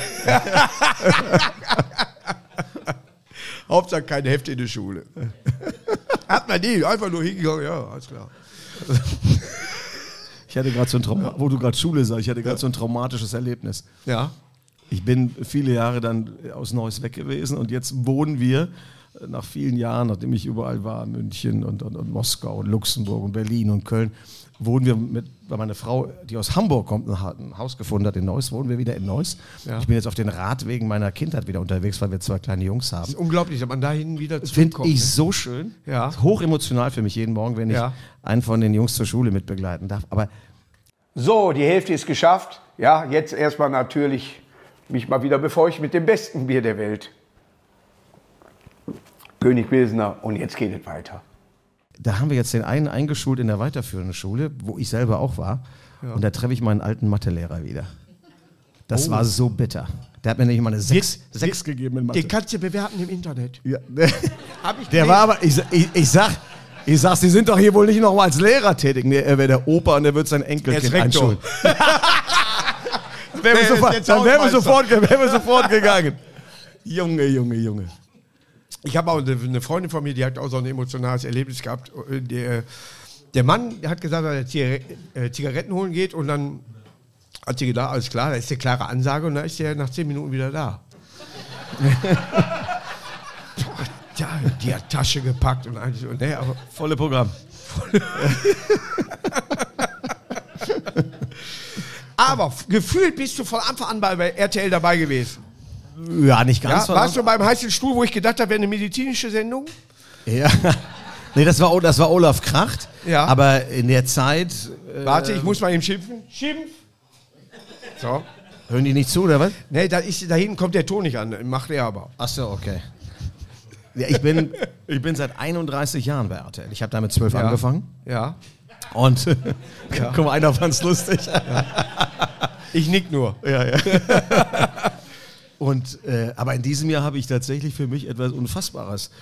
B: Hauptsache kein Heft in der Schule. Hat man nie, einfach nur hingegangen, ja, alles klar.
C: Ich hatte gerade so ein Trauma, wo du gerade Schule sagst, ich hatte gerade so ein traumatisches Erlebnis.
B: Ja.
C: Ich bin viele Jahre dann aus Neuss weg gewesen und jetzt wohnen wir äh, nach vielen Jahren, nachdem ich überall war, München und, und, und Moskau und Luxemburg und Berlin und Köln, wohnen wir mit, weil meine Frau, die aus Hamburg kommt, und hat ein Haus gefunden hat in Neuss, wohnen wir wieder in Neuss.
B: Ja.
C: Ich bin jetzt auf den Radwegen meiner Kindheit wieder unterwegs, weil wir zwei kleine Jungs haben.
B: Ist unglaublich, dass man dahin wieder
C: Finde
B: zurückkommt.
C: ich so schön.
B: Ja.
C: Ist Hochemotional für mich jeden Morgen, wenn ich
B: Ja.
C: einen von den Jungs zur Schule mitbegleiten darf. Aber
A: So, die Hälfte ist geschafft. Ja, jetzt erstmal natürlich mich mal wieder befeuchten mit dem besten Bier der Welt. König Pilsner. Und jetzt geht es weiter.
C: da haben wir jetzt den einen eingeschult in der weiterführenden Schule, wo ich selber auch war. Und da treffe ich meinen alten Mathelehrer wieder. Das war so bitter. Der hat mir nämlich mal eine 6,
B: Den-
C: Oh. gegeben in
B: Den kannst du bewerten im Internet.
C: Ja.
B: Hab ich
C: Der
B: gelesen.
C: war aber, ich, sa- ich, ich sag, ich sag, Sie sind doch hier wohl nicht nochmal als Lehrer tätig. Nee, er wäre der Opa und er wird sein
B: Er
C: Enkelkind
B: ist Rektor.
C: einschulen. Wären
B: Der
C: wir
B: ist
C: sofort-
B: jetzt
C: Dann wären wir
B: Hausmeister.
C: sofort, ge- wären wir sofort gegangen. Junge, Junge, Junge.
B: Ich habe auch eine- eine Freundin von mir, die hat auch so ein emotionales Erlebnis gehabt. Äh, Der, der Mann hat gesagt, dass er Zigaret- äh, Zigaretten holen geht und dann hat sie gedacht, alles klar, da ist eine klare Ansage und dann ist er nach zehn Minuten wieder da. Boah, Tja, die hat Tasche gepackt und alles. Und, nee, aber
C: Volle Programm.
B: aber f- gefühlt bist du von Anfang an bei, bei RTL dabei gewesen.
C: Ja, nicht ganz.
B: Ja?
C: von
B: Warst du beim heißen Stuhl, wo ich gedacht habe, wäre eine medizinische Sendung?
C: Ja. Nee, das war, O- das war Olaf Kracht.
B: Ja.
C: Aber in der Zeit. Äh,
B: Warte, ich muss mal eben schimpfen. Schimpf! So.
C: hören die nicht zu, oder was?
B: Nee, da, ist, da hinten kommt der Ton nicht an, macht er aber.
C: Achso, okay. Ja, ich bin Ich bin seit 31 Jahren bei RTL. Ich habe da mit 12 angefangen.
B: Ja.
C: Und guck mal, einer fand's lustig.
B: Ich nick nur.
C: Ja, ja. Und, äh, aber in diesem Jahr habe ich tatsächlich für mich etwas Unfassbares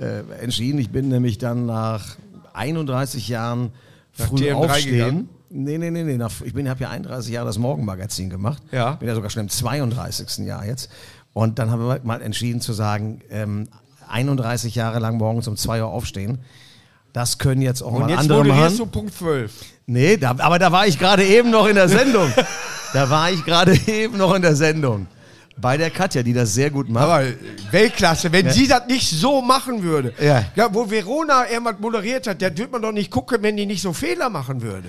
C: äh, entschieden. Ich bin nämlich dann nach 31 Jahren früh
B: TM3
C: aufstehen.
B: gegangen?
C: Nee, nee, nee, nee. Nach, ich bin- habe ja 31 Jahre das Morgenmagazin gemacht.
B: Ja.
C: Bin ja sogar schon im 32. Jahr jetzt. Und dann haben wir mal entschieden zu sagen, ähm, 31 Jahre lang morgens um 2 Uhr aufstehen. Das können jetzt auch
B: Und
C: mal
B: jetzt
C: andere machen.
B: moderierst du Punkt 12.
C: Nee, da, aber da war ich gerade eben noch in der Sendung. da war ich gerade eben noch in der Sendung. Bei der Katja, die das sehr gut macht.
B: Aber äh, Weltklasse, wenn sie das nicht so machen würde.
C: Ja.
B: wo Verona irgendwas moderiert hat, der dürfte man doch nicht gucken, wenn die nicht so Fehler machen würde.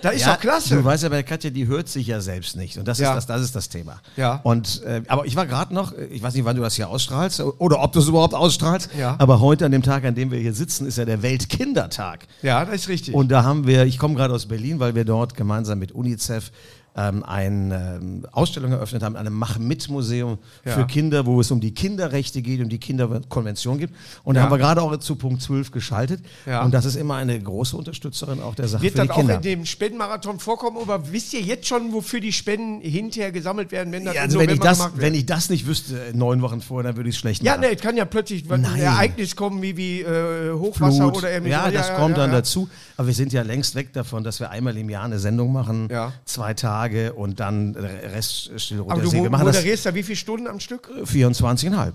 B: Das ist
C: ja,
B: doch klasse.
C: Du weißt ja, bei der Katja, die hört sich ja selbst nicht. Und das,
B: Ja.
C: ist, das, das ist das Thema.
B: Ja.
C: Und, äh, aber ich war gerade noch, ich weiß nicht, wann du das hier ausstrahlst oder ob du es überhaupt ausstrahlst.
B: Ja.
C: Aber heute, an dem Tag, an dem wir hier sitzen, ist ja der Weltkindertag.
B: ja, das ist richtig.
C: Und da haben wir, ich komme gerade aus Berlin, weil wir dort gemeinsam mit UNICEF ähm, eine ähm, Ausstellung eröffnet haben, einem Mach-Mit-Museum
B: Ja.
C: für Kinder, wo es um die Kinderrechte geht, um die Kinderkonvention gibt. Und da
B: Ja.
C: haben wir gerade auch zu Punkt 12 geschaltet.
B: Ja.
C: Und das ist immer eine große Unterstützerin auch der Sache
B: Wird
C: für
B: das
C: die
B: auch
C: Kinder.
B: in dem Spendenmarathon vorkommen? Aber wisst ihr jetzt schon, wofür die Spenden hinterher gesammelt werden, wenn das
C: ja,
B: im
C: also wenn, ich
B: November
C: das,
B: gemacht wird?
C: wenn ich das nicht wüsste, äh, neun Wochen vorher, dann würde ich es schlecht
B: Ja,
C: machen.
B: ne, es kann ja plötzlich ein
C: Nein.
B: Ereignis kommen, wie, wie äh, Hochwasser
C: Blut.
B: oder ähnliches.
C: Ja, das kommt
B: ja,
C: dann
B: ja.
C: dazu. Aber wir sind ja längst weg davon, dass wir einmal im Jahr eine Sendung machen,
B: Ja.
C: zwei Tage und dann äh, Rest äh, still
B: Aber
C: runter.
B: du
C: See. Wir
B: mo-
C: machen das
B: moderierst da wie viele Stunden am Stück?
C: 24,5.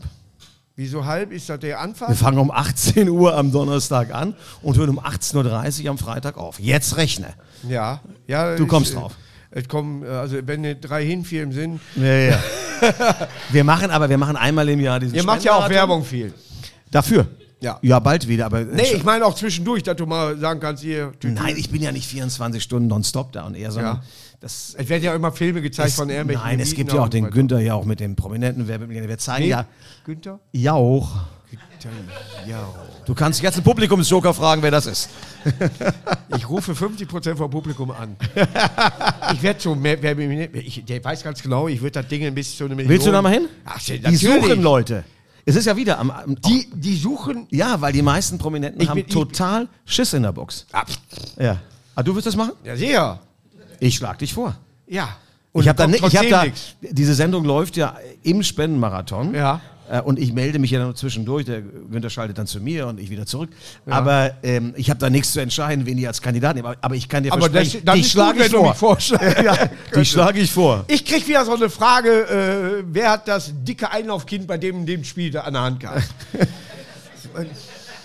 B: Wieso halb? Ist das der
C: Wir
B: Anfang?
C: fangen um 18 Uhr am Donnerstag an und hören um 18.30 Uhr am Freitag auf. Jetzt rechne.
B: Ja. ja
C: Du
B: ich,
C: kommst
B: äh,
C: drauf.
B: Es kommen, äh, also wenn die drei hinfilmen sind.
C: Ja, ja. wir machen aber, wir machen einmal im Jahr diesen
B: Ihr macht ja auch
C: Spendenmarathon.
B: Werbung viel.
C: Dafür.
B: Ja.
C: Ja, bald wieder, aber.
B: Nee, ich meine auch zwischendurch, dass du mal sagen kannst, ihr.
C: Nein, ich bin ja nicht 24 Stunden nonstop da und eher, sondern
B: Ja.
C: das
B: Es werden ja immer Filme gezeigt
C: ist,
B: von irgendwelchen.
C: Nein, es
B: Eliten
C: gibt ja auch
B: und
C: den
B: so weiter.
C: Günther ja auch mit dem prominenten Werbemillionär. Wir zeigen ja
B: Günther?
C: Jauch.
B: Ja.
C: Du kannst jetzt einen Publikumsjoker fragen, wer das ist.
B: Ich rufe 50% vom Publikum an. Ich werde schon mehr, wer, mir- ich, der weiß ganz genau, ich würde das Ding bis zu einem Million.
C: Willst du da mal hin?
B: Ach,
C: Die
B: natürlich.
C: suchen Leute. Es ist ja wieder am, am
B: Die, die suchen.
C: Ja, weil die meisten Prominenten
B: Ich
C: haben
B: bin- ich-
C: total Schiss in der Box.
B: Ah,
C: Ja. Ah, du willst das machen?
B: Ja, sehr.
C: Ich schlag dich vor.
B: Ja.
C: ich habe da,
B: kommt
C: ne, ich hab
B: trotzdem
C: da
B: nix.
C: diese Sendung läuft ja im Spendenmarathon.
B: Ja.
C: Äh, Und ich melde mich ja dann zwischendurch. Der Günther schaltet dann zu mir und ich wieder zurück. Aber ähm, ich habe da nichts zu entscheiden, wen ich als Kandidat nehme. Aber- Aber ich kann dir
B: Aber das,
C: versprechen,
B: das
C: dich
B: ist gut,
C: schlage
B: wenn
C: ich
B: du mich
C: vor.
B: vorschlägst.
C: ja, dich schlage ich vor.
B: Ich krieg wieder so eine Frage, äh, wer hat das dicke Einlaufkind bei dem, dem Spiel da an der Hand gehabt?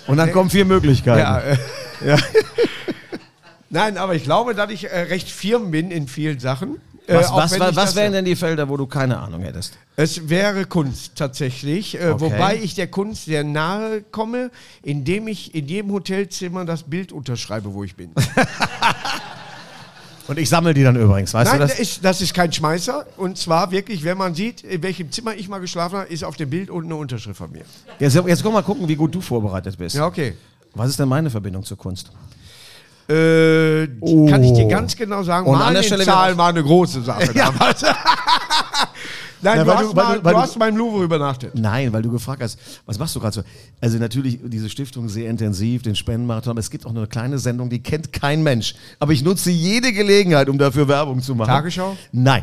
C: Und dann kommen vier Möglichkeiten.
B: Ja, äh, Nein, aber ich glaube, dass ich äh, recht firm bin in vielen Sachen. Äh,
C: Was,
B: auch
C: was,
B: wenn
C: was,
B: ich das-
C: was wären denn die Felder, wo du keine Ahnung hättest?
B: Es wäre Kunst tatsächlich, äh,
C: Okay.
B: wobei ich der Kunst sehr nahe komme, indem ich in jedem Hotelzimmer das Bild unterschreibe, wo ich bin.
C: Also Und ich sammle die dann übrigens, weißt
B: Nein,
C: du
B: das
C: das?
B: ist, das ist kein Schmeißer. Und zwar wirklich, wenn man sieht, in welchem Zimmer ich mal geschlafen habe, ist auf dem Bild unten eine Unterschrift von mir.
C: Jetzt, jetzt guck mal gucken, wie gut du vorbereitet bist.
B: Ja, okay.
C: Was ist denn meine Verbindung zur Kunst?
B: Äh,
C: Oh.
B: Kann ich dir ganz genau sagen,
C: Und an
B: mal
C: der
B: in
C: Stelle
B: Zahlen
C: wieder-
B: war eine große Sache damals. Nein,
C: Na,
B: du,
C: weil
B: hast
C: du- weil
B: mal,
C: du- weil
B: du
C: du-
B: hast mal im Louvre übernachtet.
C: Nein, weil du gefragt hast, was machst du gerade so? Also natürlich diese Stiftung sehr intensiv, den Spendenmarathon, aber es gibt auch nur eine kleine Sendung, die kennt kein Mensch. Aber ich nutze jede Gelegenheit, um dafür Werbung zu machen.
B: Tagesschau?
C: Nein.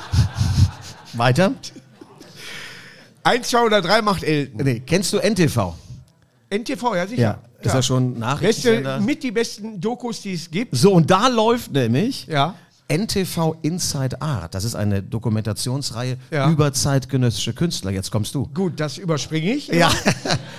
C: Weiter?
B: Eins, zwei oder drei macht Elton.
C: Nee, kennst du NTV?
B: NTV, ja sicher.
C: Ja. Ist
B: Klar.
C: das schon
B: Beste,
C: Nachrichtensender?
B: mit die besten Dokus, die es gibt.
C: So, und da läuft nämlich
B: Ja.
C: NTV Inside Art. Das ist eine Dokumentationsreihe
B: Ja.
C: über zeitgenössische Künstler. Jetzt kommst du.
B: Gut, das überspringe ich.
C: Ja,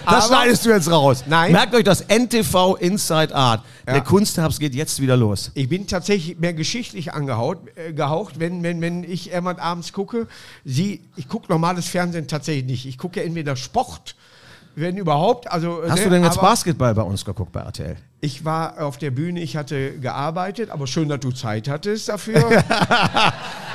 B: Aber-
C: das schneidest du jetzt raus.
B: Nein.
C: Merkt euch das NTV Inside Art.
B: Ja.
C: Der Kunstherbst geht jetzt wieder los.
B: Ich bin tatsächlich mehr geschichtlich angehaucht, äh, gehaucht, wenn, wenn, wenn ich jemand abends gucke. Sie, ich gucke normales Fernsehen tatsächlich nicht. Ich gucke ja entweder Sport, wenn überhaupt. Also, äh,
C: Hast du denn jetzt
B: aber
C: Basketball bei uns geguckt bei RTL?
B: Ich war auf der Bühne, ich hatte gearbeitet, aber schön, dass du Zeit hattest dafür.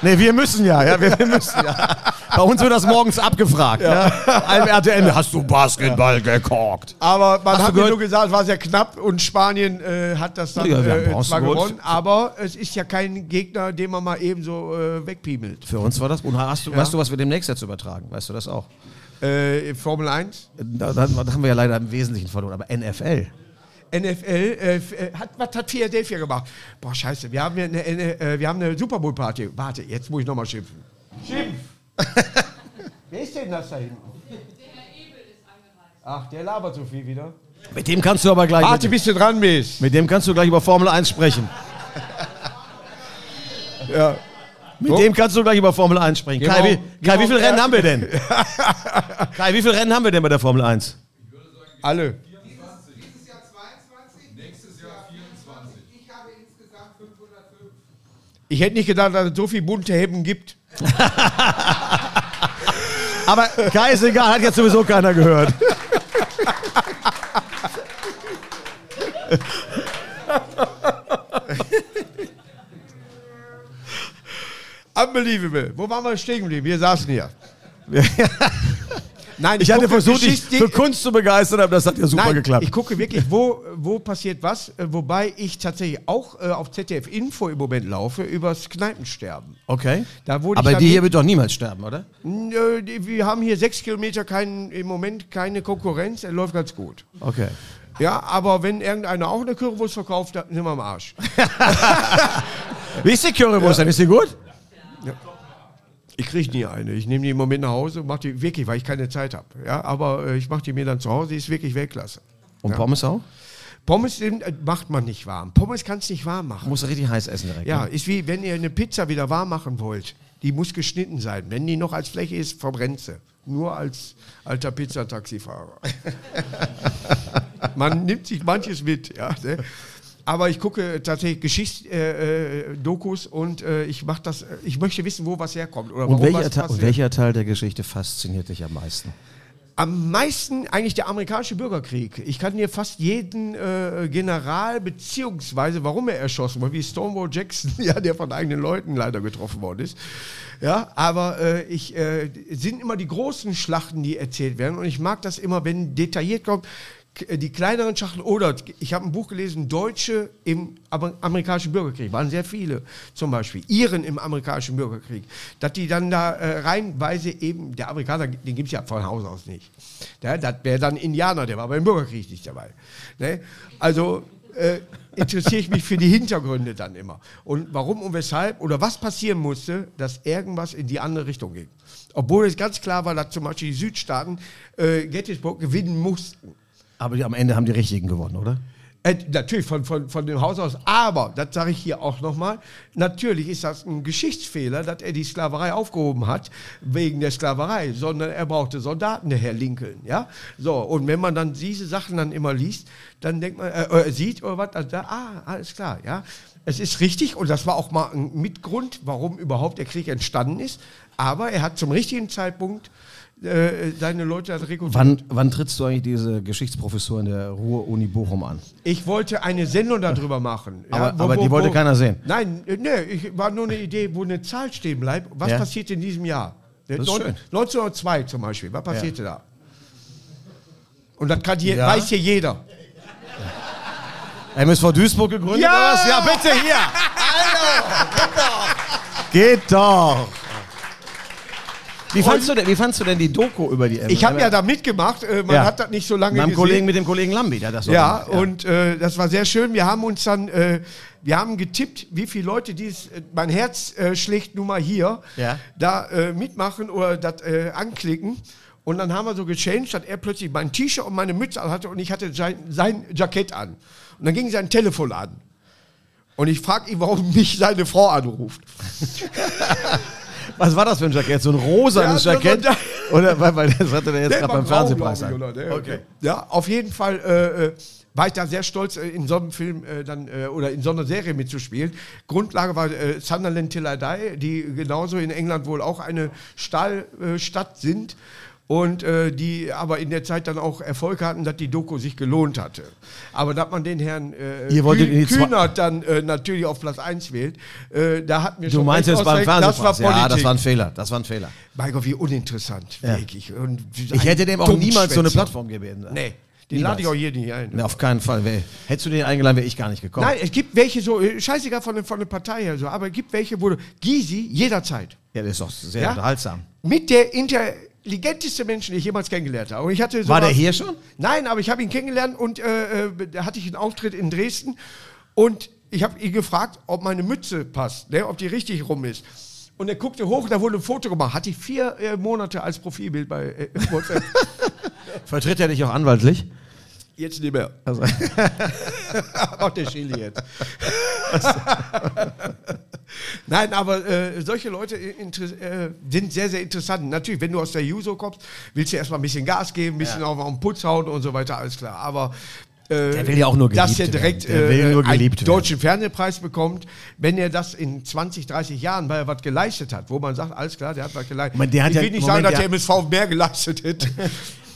C: Nee, wir müssen ja, ja, wir, wir müssen ja. Bei uns wird das morgens abgefragt. Ja. Ne? Einem RTL, hast du Basketball geguckt?
B: aber man
C: Hast du
B: hat mir
C: gehört?
B: nur gesagt, es war sehr knapp und Spanien äh, hat das dann
C: Ja, wir haben
B: äh,
C: Bronze
B: zwar
C: geholt.
B: gewonnen, aber es ist ja kein Gegner, den man mal eben so äh, wegpiemelt.
C: Für uns war das. Und hast du, weißt du, was wir demnächst jetzt übertragen? Weißt du das auch?
B: Äh, Formel 1.
C: Da, da, da haben wir ja leider im Wesentlichen verloren, aber NFL.
B: NFL, äh, f- äh, hat, was hat Philadelphia gemacht? Boah, scheiße, wir haben ja eine, eine, äh, wir haben eine Super Bowl Party. Warte, jetzt muss ich nochmal schimpfen. Schimpf! Wer ist denn das da hinten?
D: Der Herr Ebel ist angereist.
B: Ach, der labert so viel wieder.
C: Mit dem kannst du aber gleich.
B: Warte, bis du dran bist.
C: Mit dem kannst du gleich über Formel 1 sprechen.
B: Ja.
C: Mit dem kannst du gleich über Formel 1 sprechen.
B: Gehen wir
C: Kai, wie,
B: auf- gehen
C: Kai,
B: wir
C: wie
B: auf
C: viele
B: den
C: Rennen haben wir denn? Kai, wie viele Rennen haben wir denn bei der Formel 1?
B: Alle.
E: Dieses Jahr 22. Nächstes Jahr 24. Ich habe insgesamt 505.
B: Ich hätte nicht gedacht, dass es so viele bunte Heben gibt.
C: Aber Kai ist egal, hat jetzt sowieso keiner gehört.
B: Unbelievable. Wo waren wir stehen geblieben? Wir saßen hier. Nein,
C: Ich hatte
B: gucke
C: versucht, dich
B: Geschichte-
C: für Kunst zu begeistern, aber das hat ja super
B: Nein,
C: geklappt.
B: Ich gucke wirklich, wo, wo passiert was. äh, Wobei ich tatsächlich auch äh, auf ZDF Info im Moment laufe übers Kneipensterben.
C: Okay.
B: Da wurde
C: aber
B: ich dann
C: die
B: mit-
C: hier wird doch niemals sterben, oder?
B: Nö, die- Wir haben hier sechs Kilometer keinen, im Moment keine Konkurrenz. Er läuft ganz gut.
C: Okay.
B: Ja, aber wenn irgendeiner auch eine Currywurst verkauft, dann sind wir am Arsch.
C: Wie ist die Currywurst denn? Ist die gut?
B: Ich kriege nie eine. Ich nehme die im Moment nach Hause und mache die wirklich, weil ich keine Zeit habe. Ja, aber äh, ich mache die mir dann zu Hause. Die ist wirklich Weltklasse.
C: Und Pommes auch?
B: Pommes sind, äh, macht man nicht warm. Pommes kannst nicht warm machen.
C: Muss richtig heiß essen direkt.
B: Ja,
C: ne?
B: ist wie wenn ihr eine Pizza wieder warm machen wollt. Die muss geschnitten sein. Wenn die noch als Fläche ist, verbrennt sie. Nur als alter Pizzataxifahrer. Man nimmt sich manches mit. Ja, ne? Aber ich gucke tatsächlich Geschichtsdokus äh, äh, Dokus und äh, ich mach das. Ich möchte wissen, wo was herkommt oder
C: Und
B: warum
C: welcher,
B: was
C: Teil- und
B: passiert.
C: welcher Teil der Geschichte fasziniert dich am meisten?
B: Am meisten eigentlich der amerikanische Bürgerkrieg. Ich kann dir fast jeden äh, General beziehungsweise warum er erschossen wurde, wie Stonewall Jackson, ja, der von eigenen Leuten leider getroffen worden ist. Ja, aber äh, ich äh, sind immer die großen Schlachten, die erzählt werden und ich mag das immer, wenn detailliert kommt. k- äh, Die kleineren Schlachten oder ich habe ein Buch gelesen, Deutsche im Amer- amerikanischen Bürgerkrieg, waren sehr viele zum Beispiel, Iren im amerikanischen Bürgerkrieg, dass die dann da äh, reinweise eben, der Amerikaner, den gibt es ja von Haus aus nicht. Ja, das wäre dann Indianer, der war beim Bürgerkrieg nicht dabei. Ne? Also äh, interessiere ich mich für die Hintergründe dann immer. Und warum und weshalb oder was passieren musste, dass irgendwas in die andere Richtung ging. Obwohl es ganz klar war, dass zum Beispiel die Südstaaten äh, Gettysburg gewinnen mussten.
C: Aber die, am Ende haben die Richtigen gewonnen, oder?
B: Äh, natürlich von, von, von dem Haus aus. Aber, das sage ich hier auch nochmal, natürlich ist das ein Geschichtsfehler, dass er die Sklaverei aufgehoben hat, wegen der Sklaverei, sondern er brauchte Soldaten, der Herr Lincoln. Ja? So, und wenn man dann diese Sachen dann immer liest, dann denkt man, äh, äh, sieht oder was, dann, sagt, ah, alles klar, ja. Es ist richtig und das war auch mal ein Mitgrund, warum überhaupt der Krieg entstanden ist. Aber er hat zum richtigen Zeitpunkt äh, seine Leute dann rekrutiert.
C: Wann, wann trittst du eigentlich diese Geschichtsprofessorin der Ruhr-Uni Bochum an?
B: Ich wollte eine Sendung darüber machen.
C: Aber- aber die wollte keiner sehen.
B: Nein, äh, nee, ich war nur eine Idee, wo eine Zahl stehen bleibt. Was
C: Ja.
B: passiert in diesem Jahr?
C: ist
B: Neun-
C: schön.
B: 1902 zum Beispiel. Was passierte da? Und das kann je,
C: Ja.
B: weiß hier jeder.
C: MSV Duisburg gegründet
B: Ja!
C: oder was? Ja, bitte hier. Hallo, geht doch. Geht doch. Wie fandst, du denn, wie fandst du denn die Doku über die
B: Ich habe ja da mitgemacht. Äh, man
C: Ja.
B: hat das nicht so lange
C: meinem
B: gesehen.
C: Kollegen mit dem Kollegen Lambi, der hat das doch
B: ja,
C: gemacht,
B: und äh, das war sehr schön. Wir haben uns dann, äh, wir haben getippt, wie viele Leute dies, äh, mein Herz äh, schlägt nun mal hier,
C: Ja.
B: da äh, mitmachen oder das äh, anklicken. Und dann haben wir so gechanged, dass er plötzlich mein T-Shirt und meine Mütze an hatte und ich hatte sein, sein Jackett an. Und dann ging sein Telefon an. Und ich frage ihn, warum mich seine Frau anruft.
C: Was war das für ein Jackett? So ein rosanes
B: Ja, so ein-
C: Jackett? Oder weil, weil das hatte der jetzt
B: Der
C: gerade
B: war
C: beim
B: grau,
C: Fernsehpreis
B: glaub ich,
C: an.
B: oder? Der- Ja, auf jeden Fall äh, äh, war ich da sehr stolz, äh, in so einem Film äh, dann äh, oder in so einer Serie mitzuspielen. Grundlage war äh, Sunderland Till I Die, die genauso in England wohl auch eine Stahlstadt äh, Stadt sind. Und äh, die aber in der Zeit dann auch Erfolg hatten, dass die Doku sich gelohnt hatte. Aber dass man den Herrn äh,
C: Ihr wolltet in die zwei-
B: Kühnert dann äh, natürlich auf Platz 1 wählt, äh, da hat mir
C: Du
B: schon
C: meinst
B: recht
C: jetzt beim
B: ausgerechnet,
C: Fernsehpreis?
B: Das war Politik.
C: ja, das war ein Fehler. Das war ein Fehler.
B: mein Gott, wie uninteressant.
C: Ja.
B: Wirklich. Und
C: Ich hätte dem auch niemals so eine
B: Plattform.
C: Plattform gegeben.
B: Nee, den
C: Niemals.
B: lade ich auch hier nicht ein.
C: Nee, auf keinen Fall. Wer- Hättest du den eingeladen, wäre ich gar nicht gekommen.
B: Nein, es gibt welche so, äh, scheißegal von, der- von der Partei her so, aber es gibt welche, wo du, Gysi jederzeit,
C: Ja, der ist doch sehr
B: Ja?
C: unterhaltsam.
B: mit der Inter, intelligenteste Menschen, den ich jemals kennengelernt habe. Und ich hatte
C: War
B: sogar-
C: der hier schon?
B: Nein, aber ich habe ihn kennengelernt und äh, äh, da hatte ich einen Auftritt in Dresden und ich habe ihn gefragt, ob meine Mütze passt, ne, ob die richtig rum ist. Und er guckte hoch, da wurde ein Foto gemacht. Hatte ich vier äh, Monate als Profilbild bei äh, WhatsApp.
C: Vertritt er dich auch anwaltlich?
B: Jetzt nicht mehr.
C: Also.
B: Macht der Chili jetzt. Nein, aber äh, solche Leute inter- äh, sind sehr, sehr interessant. Natürlich, wenn du aus der Juso kommst, willst du erstmal ein bisschen Gas geben, ein bisschen auf auf den Putz hauen und so weiter, alles klar. Aber äh,
C: Der will ja auch nur
B: dass er
C: geliebt
B: direkt
C: werden. Der will
B: äh,
C: nur geliebt
B: einen
C: werden.
B: deutschen Fernsehpreis bekommt, wenn er das in 20, 30 Jahren, weil er was geleistet hat, wo man sagt, alles klar, der hat was geleistet.
C: Moment, der hat
B: ich
C: ja-
B: will nicht
C: Moment,
B: sagen, dass
C: der-
B: der MSV mehr geleistet hätte.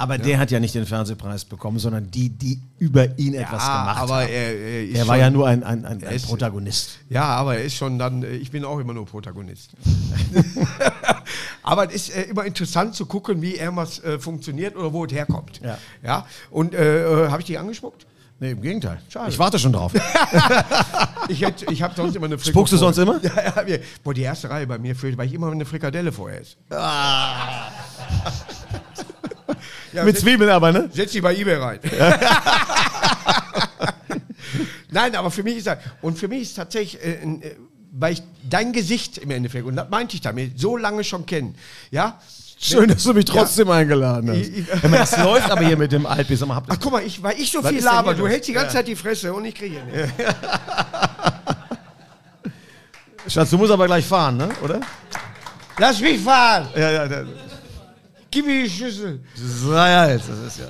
C: Aber der hat ja nicht den Fernsehpreis bekommen, sondern die, die über ihn etwas gemacht
B: Ah, aber
C: haben.
B: er, er ist
C: Er war
B: schon-
C: ja nur ein, ein, ein, ein
B: ist-
C: Protagonist.
B: Ja, aber er ist schon dann, äh, ich bin auch immer nur Protagonist. aber es ist äh, immer interessant zu gucken, wie irgendwas äh, funktioniert oder wo es herkommt.
C: Ja.
B: ja? Und äh, äh, habe ich dich angespuckt?
C: Nee, im Gegenteil.
B: Schade.
C: Ich warte schon drauf.
B: Ich, hätt- ich habe sonst immer eine Frikadelle.
C: Spuckst du sonst immer?
B: Ja, ja, mir- boah, die erste Reihe bei mir fehlt, weil ich immer eine Frikadelle vorher esse.
C: Ah.
B: ja,
C: Mit
B: se-
C: Zwiebeln aber, ne?
B: Setz die bei eBay rein. Nein, aber für mich ist das, und für mich ist tatsächlich, äh, ein, äh, weil ich dein Gesicht im Endeffekt, und das meinte ich damit, so lange schon kennen, ja?
C: Schön, dass du mich trotzdem eingeladen hast.
B: Ich- ich-
C: Wenn man, das läuft aber hier mit dem Altbier. Sag mal, habt ihr-
B: Ach guck mal, ich, weil ich so
C: Was
B: viel
C: ist denn
B: laber,
C: hier
B: du
C: los?
B: hältst die ganze Zeit die Fresse und ich kriege hier nichts.
C: Schatz, du musst aber gleich fahren, ne? oder?
B: Lass mich fahren,
C: Ja, ja, ja.
B: gib mir die Schüssel.
C: Naja, jetzt, das ist ja.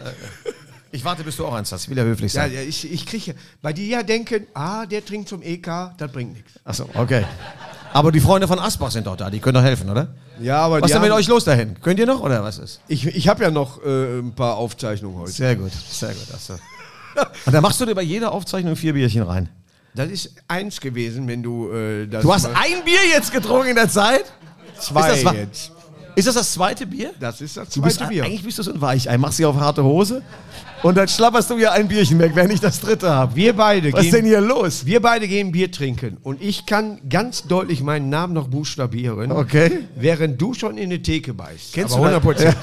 C: Ich warte, bis du auch eins hast. Ich will ja höflich
B: Ja,
C: sein.
B: ja, ich, ich kriege, weil die ja denken, ah, der trinkt
C: E
B: zum EK, das bringt nichts.
C: Achso, okay. Aber die Freunde von Asbach sind doch da, die können doch helfen, oder?
B: Ja, aber
C: Was ist denn mit euch los dahin? Könnt ihr noch oder was ist?
B: Ich, ich habe ja noch äh, ein paar Aufzeichnungen heute.
C: Sehr gut, sehr gut. Achso. Und dann machst du dir bei jeder Aufzeichnung vier Bierchen rein.
B: Das ist eins gewesen, wenn du äh, das
C: Du hast
B: mal-
C: ein Bier jetzt getrunken in der Zeit?
B: zwei
C: ist das wa-
B: jetzt.
C: Ist das das zweite Bier?
B: Das ist das
C: Du bist,
B: zweite Bier.
C: Eigentlich bist du so ein Weichei, machst dich auf harte Hose und dann schlapperst du ja ein Bierchen weg, wenn ich das dritte habe.
B: Wir beide,
C: Was ist denn
B: gehen,
C: hier los?
B: wir beide gehen Bier trinken und ich kann ganz deutlich meinen Namen noch buchstabieren.
C: Okay.
B: Während du schon in die Theke beißt.
C: Kennst
B: Aber
C: du das?
B: 100%.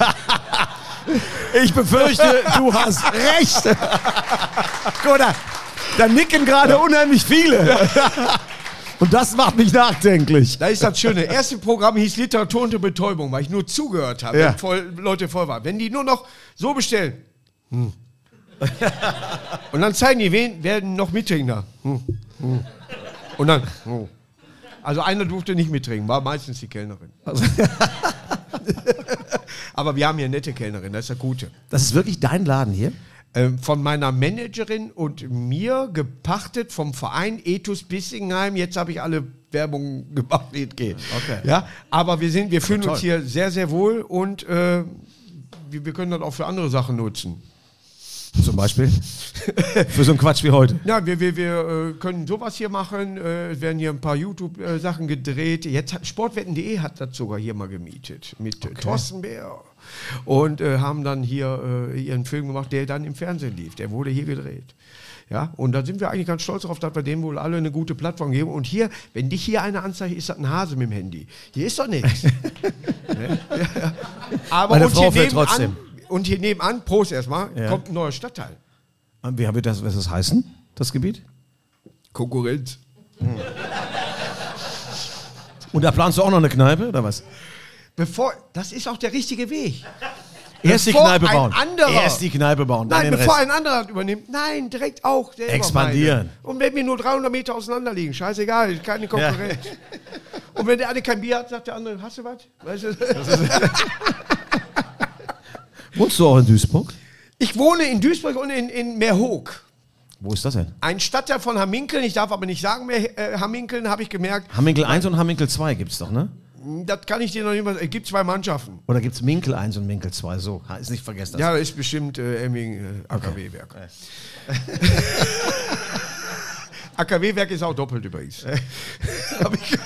C: Ich befürchte, du hast recht. Guck mal, da nicken gerade unheimlich viele. Und das macht mich nachdenklich.
B: Da ist das Schöne. Erste Programm hieß Literatur und Betäubung, weil ich nur zugehört habe,
C: Ja.
B: wenn voll, Leute voll waren. Wenn die nur noch so bestellen. Hm. Und dann zeigen die, wen werden noch Mittrinkender. Hm. Hm. Und dann. Oh. Also einer durfte nicht mittrinken, war meistens die Kellnerin.
C: Also.
B: Aber wir haben hier nette Kellnerin, das ist der Gute.
C: Das ist wirklich dein Laden hier?
B: Ähm, von meiner Managerin und mir gepachtet vom Verein Ethos Bissingheim. Jetzt habe ich alle Werbung gemacht, wie es geht.
C: Okay.
B: Ja, aber wir sind, wir fühlen
C: toll.
B: uns hier sehr, sehr wohl und äh, wir, wir können das auch für andere Sachen nutzen.
C: Zum Beispiel? Für so einen Quatsch wie heute.
B: Ja, wir, wir, wir äh, können sowas hier machen. Äh, es werden hier ein paar YouTube-Sachen gedreht. Jetzt hat Sportwetten.de hat das sogar hier mal gemietet mit äh, Thorsten Bär. Und äh, haben dann hier äh, ihren Film gemacht, der dann im Fernsehen lief. Der wurde hier gedreht. Ja, und da sind wir eigentlich ganz stolz darauf, dass wir denen wohl alle eine gute Plattform geben. Und hier, wenn dich hier eine anzeigt, ist das ein Hase mit dem Handy. Hier ist doch nichts. ne? Ja. Aber
C: Meine
B: und
C: Frau
B: hier
C: fährt
B: nebenan,
C: trotzdem.
B: Und hier nebenan, Prost erstmal,
C: Ja.
B: kommt ein neuer Stadtteil.
C: Und Wie wird das, was das heißen, das Gebiet?
B: Konkurrenz.
C: Und da planst du auch noch eine Kneipe oder was?
B: Bevor, das ist auch der richtige Weg.
C: Erst die
B: Bevor
C: Kneipe
B: ein
C: bauen.
B: anderer-
C: Erst die Kneipe bauen. Dann
B: Nein,
C: den
B: bevor
C: Rest.
B: ein anderer das übernimmt. Nein, direkt auch. selber
C: Expandieren.
B: meine. Und wenn wir nur 300 Meter auseinander liegen, scheißegal, keine Konkurrenz. Und wenn der eine kein Bier hat, sagt der andere, hast du was? Weißt du?
C: Wohnst du auch in Duisburg?
B: Ich wohne in Duisburg und in, in Meerhoek.
C: Wo ist das denn?
B: Ein Stadtteil von Hamminkeln, ich darf aber nicht sagen, mehr, äh, Hamminkeln, habe ich gemerkt,
C: Hamminkel 1 und Hamminkel 2 gibt's doch, ne?
B: mh, das kann ich dir noch nicht mal Es gibt zwei Mannschaften.
C: Oder gibt's Minkel 1 und Minkel 2? So, ha, ist nicht vergessen. Das
B: Ja, ist bestimmt äh, irgendwie äh, AKW-Werk. AKW-Werk ist auch doppelt übrigens. Hab ich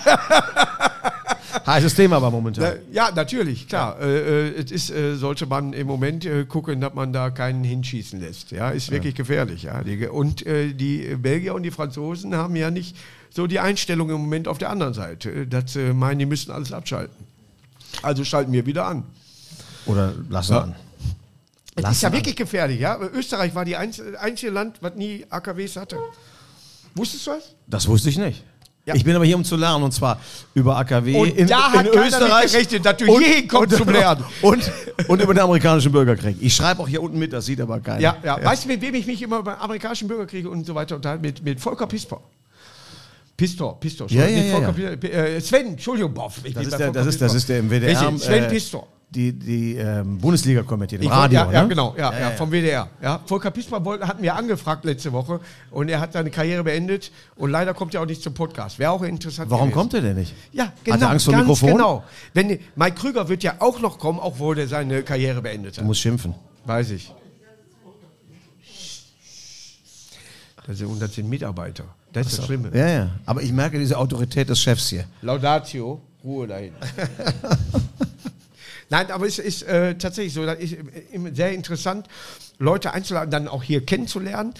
C: Heißes Thema aber momentan.
B: Äh, Ja, natürlich, klar. Äh, äh, es ist, äh, sollte man im Moment äh, gucken, dass man da keinen hinschießen lässt. Ja, ist wirklich gefährlich. Ja. Die, Ge- und äh, die Belgier und die Franzosen haben ja nicht so die Einstellung im Moment auf der anderen Seite, äh, dass sie meinen, die müssen alles abschalten. Also schalten wir wieder an.
C: Oder lass
B: Ja.
C: an.
B: Das ist ja
C: an.
B: wirklich gefährlich, ja? Österreich war die einz- einzige Land, was nie AKWs hatte. Wusstest du das?
C: Das wusste ich nicht.
B: Ja.
C: Ich bin aber hier, um zu lernen, und zwar über AKW
B: Und
C: in,
B: da
C: in
B: hat keiner mit
C: Österreich.
B: gerechnet, dass du je kommst zum Lernen.
C: Und, und über den amerikanischen Bürgerkrieg. Ich schreibe auch hier unten mit, das sieht aber keiner.
B: Ja, ja. Weißt du, mit wem ich mich immer beim amerikanischen Bürgerkrieg und so weiter unterhalte? Mit, mit Volker Pistor. Pistor, Pistor.
C: Ja,
B: Entschuldigung,
C: ja,
B: nicht Volker Pistor, äh, Sven, Entschuldigung, boah, ich
C: Das
B: bin bei
C: ist, der, das,
B: Volker
C: ist, das
B: Pistor.
C: ist der im WDR.
B: Richtig, Sven
C: äh,
B: Pistor.
C: Die, die ähm, Bundesliga kommentiert, im
B: Ich
C: Radio.
B: wollte- ja, ja,
C: ne?
B: genau, ja, ja, vom WDR. Ja. Volker Pistor wollte, hat mir angefragt letzte Woche und er hat seine Karriere beendet und leider kommt er auch nicht zum Podcast. Wäre auch interessant.
C: Warum
B: gewesen.
C: kommt er denn nicht?
B: Ja, genau.
C: Hat er Angst vor
B: ganz
C: Mikrofon?
B: Genau. Wenn, Mike Krüger wird ja auch noch kommen, auch wo er seine Karriere beendet
C: Du
B: hat.
C: musst schimpfen.
B: Weiß ich. Das sind 110 Mitarbeiter. Das ist das Schlimme.
C: Ja, ja. Aber ich merke diese Autorität des Chefs hier.
B: Laudatio, Ruhe dahin. Nein, aber es ist äh, tatsächlich so, das ist äh, immer sehr interessant, Leute einzuladen, dann auch hier kennenzulernen.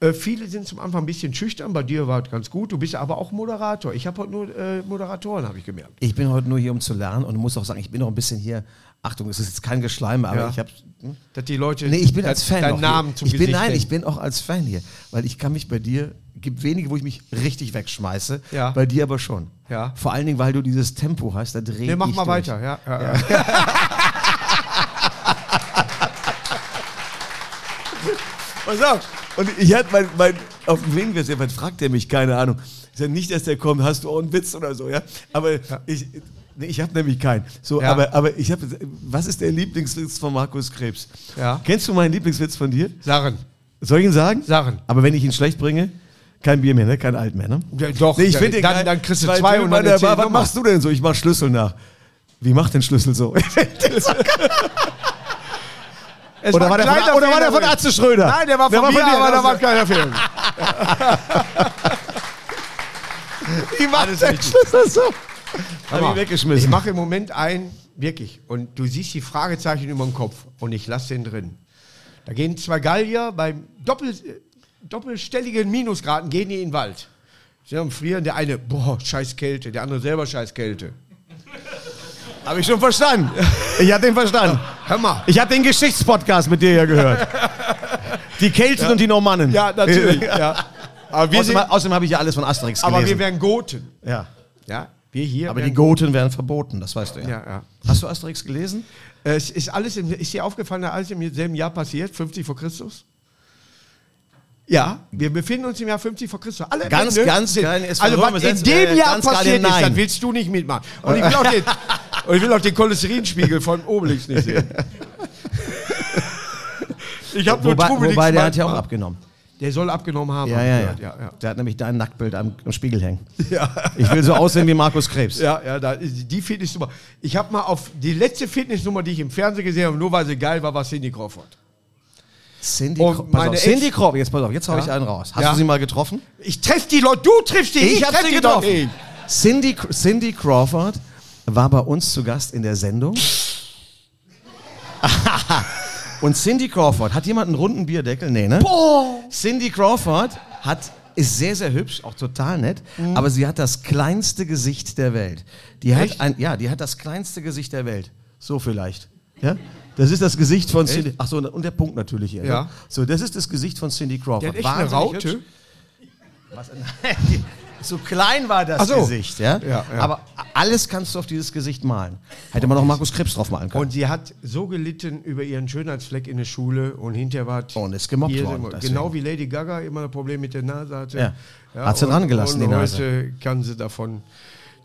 B: Äh, viele sind zum Anfang ein bisschen schüchtern, bei dir war es ganz gut, du bist aber auch Moderator. Ich habe heute nur äh, Moderatoren, habe ich gemerkt.
C: Ich bin heute nur hier, um zu lernen und muss auch sagen, ich bin noch ein bisschen hier. Achtung, es ist jetzt kein Geschleime, aber
B: Ja.
C: ich habe
B: Dass die Leute
C: Nee, ich bin
B: dein-
C: als Fan. auch
B: deinen
C: hier.
B: Namen zum
C: ich bin,
B: Gesicht
C: Nein,
B: kennen.
C: ich bin auch als Fan hier, weil ich kann mich bei dir, gibt wenige, wo ich mich richtig wegschmeiße,
B: Ja.
C: bei dir aber schon.
B: Ja.
C: Vor allen Dingen, weil du dieses Tempo hast, da dreh
B: Nee, mach
C: ich
B: mal
C: durch.
B: weiter. Ja, ja, ja.
C: Pass auf. Und ich hatte mein, mein auf dem Weg, jemand fragt der mich, keine Ahnung. Ich sage nicht, dass der kommt, hast du auch einen Witz oder so, ja? Aber ich, nee, ich habe nämlich keinen. So,
B: Ja.
C: aber, aber ich habe, was ist der Lieblingswitz von Markus Krebs?
B: Ja.
C: Kennst du meinen Lieblingswitz von dir?
B: Sachen.
C: Soll ich ihn sagen?
B: Sagen.
C: Aber wenn ich ihn schlecht bringe, kein Bier mehr, ne? Kein Alt mehr, ne?
B: Ja, doch,
C: Nee, ich
B: ja,
C: find den
B: dann-
C: geil.
B: dann kriegst du
C: Weil
B: zwei
C: Typen
B: und dann
C: an der
B: erzähl
C: Bar, Was
B: nochmal.
C: machst du denn so? Ich mach Schlüssel nach. Wie macht den Schlüssel so?
B: Es
C: Oder war
B: ein
C: der von-
B: kleiner
C: oder war der
B: Fehler
C: von
B: drin.
C: Atze Schröder?
B: Nein, der war
C: Der
B: von mir,
C: war von dir,
B: aber da
C: das-
B: war keiner Fehler. Wie macht der
C: Schlüssel so. Hab
B: Hammer.
C: ich weggeschmissen.
B: Ich mache im Moment ein, wirklich, und du siehst die Fragezeichen über dem Kopf und ich lasse den drin. Da gehen zwei Gallier beim doppel, äh, doppelstelligen Minusgraden gehen die in den Wald. Sie haben frieren, der eine, boah, scheiß Kälte, der andere selber scheiß Kälte.
C: Habe ich schon verstanden. Ich habe den verstanden.
B: Hör mal.
C: Ich habe den Geschichtspodcast mit dir ja gehört. Die Kelten und die Normannen.
B: Ja, natürlich. ja. Aber, wir, sind,
C: Außerdem, außerdem habe ich ja alles von Asterix
B: aber wir
C: gelesen.
B: wären Goten.
C: ja.
B: Ja, wir hier.
C: Aber die
B: wären-
C: Goten werden verboten, das weißt du ja.
B: ja, ja.
C: Hast du Asterix gelesen?
B: Es ist alles, im, ist dir aufgefallen, dass alles im selben Jahr passiert, 50 vor Christus? Ja, wir befinden uns im Jahr 50 vor Christus. Alle
C: Ganz,
B: Wände
C: ganz
B: sind,
C: klein ist
B: also
C: verloren
B: was in
C: besetzt,
B: dem
C: äh,
B: Jahr
C: ganz gerade
B: passiert ist,
C: nein.
B: dann willst du nicht mitmachen. Und ich will auch den, und ich will auch den Cholesterinspiegel von Obelix nicht sehen. Ich habe nur
C: Wobei,
B: Trubelix
C: wobei der hat ja auch
B: manchmal.
C: abgenommen.
B: Der soll abgenommen haben.
C: Ja,
B: hab ich
C: ja, ja.
B: gehört. ja, ja.
C: Der hat nämlich dein Nacktbild am, am Spiegel hängen. Ich will so aussehen wie Markus Krebs.
B: Ja, ja, da, die Fitnessnummer. Ich habe mal auf die letzte Fitnessnummer, die ich im Fernsehen gesehen habe, nur weil sie geil war, war Cindy Crawford.
C: Cindy,
B: Und
C: Cro- pass
B: meine
C: auf,
B: Ex-
C: Cindy Crawford, jetzt pass auf, jetzt hau
B: Ja.
C: ich einen raus. Hast
B: Ja.
C: du sie mal getroffen?
B: Ich treff die Leute, du triffst die,
C: hab
B: treff die doch nicht.
C: Cindy, Cindy Crawford war bei uns zu Gast in der Sendung. Und Cindy Crawford, hat jemand einen runden Bierdeckel? Nee, ne? Cindy Crawford hat, ist sehr, sehr hübsch, auch total nett,
B: Mhm.
C: aber sie hat das kleinste Gesicht der Welt. Die hat ein, ja, die hat das kleinste Gesicht der Welt. So vielleicht. Ja? Das ist das Gesicht von Cindy. Ach so, und der Punkt natürlich hier. ne?
B: Ja.
C: So, das ist das Gesicht von Cindy
B: Der
C: Crawford.
B: hat echt eine
C: Wahnsinnig hübsch.
B: Raute.
C: Was, nein, die- so klein war
B: Ach
C: das
B: so.
C: Gesicht, ja?
B: Ja, ja.
C: Aber a- alles kannst du auf dieses Gesicht malen. Hätte man auch Markus Krebs drauf malen können.
B: Und sie hat so gelitten über ihren Schönheitsfleck in der Schule und hinterher war
C: Und ist gemobbt
B: ihre-
C: worden, deswegen.
B: Genau wie Lady Gaga immer ein Problem mit der Nase hatte.
C: Ja. Hat sie
B: und-
C: dran gelassen,
B: Und
C: die Nase.
B: heute kann sie davon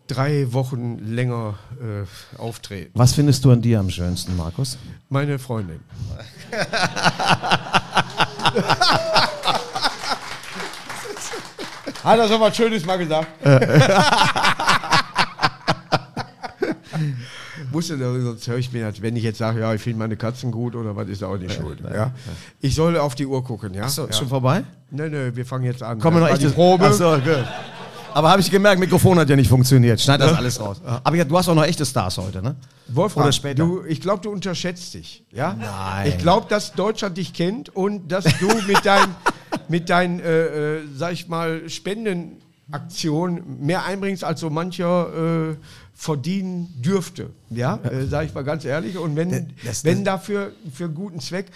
B: drei Wochen länger äh, auftreten.
C: Was findest du an dir am schönsten, Markus?
B: Meine Freundin. Hat er so was Schönes mal gesagt? Musste, sonst höre ich mir das, wenn ich jetzt sage, ja, ich finde meine Katzen gut oder was, ist auch nicht schuld. Ja. Ich soll auf die Uhr gucken, ja?
C: So,
B: ja.
C: ist schon vorbei?
B: Nö, nö, wir fangen jetzt an.
C: Kommen wir
B: Ja,
C: noch
B: war
C: echte
B: die Probe.
C: Ach so, gut. Aber habe ich gemerkt, Mikrofon hat ja nicht funktioniert. Schneid das alles raus. Aber ja, du hast auch noch echte Stars heute, ne?
B: Wolfram,
C: Oder später.
B: Du, ich glaube, du unterschätzt dich. Ja?
C: Nein.
B: Ich glaube, dass Deutschland dich kennt und dass du mit deinen, mit deinen äh, äh, sag ich mal, Spenden Aktion mehr einbringst, als so mancher äh, verdienen dürfte. Ja, äh, sage ich mal ganz ehrlich. Und wenn,
C: das-
B: wenn dafür für guten Zweck,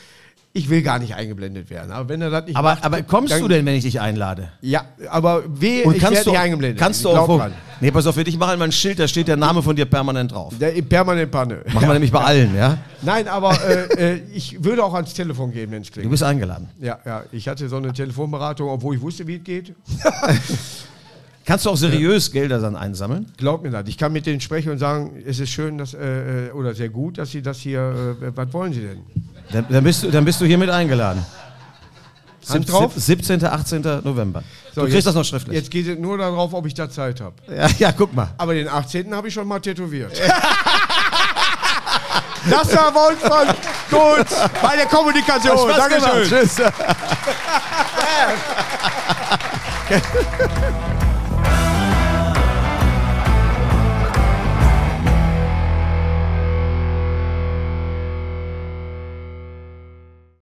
B: ich will gar nicht eingeblendet werden. Aber wenn er das nicht
C: Aber,
B: macht,
C: aber kommst
B: dann-
C: du denn, wenn ich dich einlade?
B: Ja, aber wehe,
C: Und
B: ich
C: kannst
B: werde
C: du
B: nicht eingeblendet.
C: Kannst
B: Ich
C: du
B: glaub
C: auch.
B: dran.
C: Nee, pass auf, für dich machen wir ein Schild, da steht der Name von dir permanent drauf.
B: Der permanent Panne.
C: Machen wir nämlich bei allen, ja?
B: Nein, aber äh, äh, ich würde auch ans Telefon gehen, wenn es
C: Du
B: klingt.
C: bist eingeladen.
B: Ja, ja, ich hatte so eine Telefonberatung, obwohl ich wusste, wie es geht.
C: Kannst du auch seriös Gelder dann einsammeln?
B: Glaub mir das. Ich kann mit denen sprechen und sagen, es ist schön, dass, äh, äh, oder sehr gut, dass Sie das hier, äh, was wollen Sie denn?
C: Dann, dann, bist, du, dann bist du hiermit eingeladen.
B: Hand
C: Sieb-
B: drauf?
C: sieb- 17., 18. November.
B: So,
C: du kriegst
B: jetzt-
C: das noch schriftlich.
B: Jetzt geht es nur darauf, ob ich da Zeit habe.
C: Ja, ja, guck mal.
B: Aber den 18. habe ich schon mal tätowiert. das war Wolfgang Gut bei der Kommunikation.
C: Spaß
B: Dankeschön.
C: gemacht. Tschüss.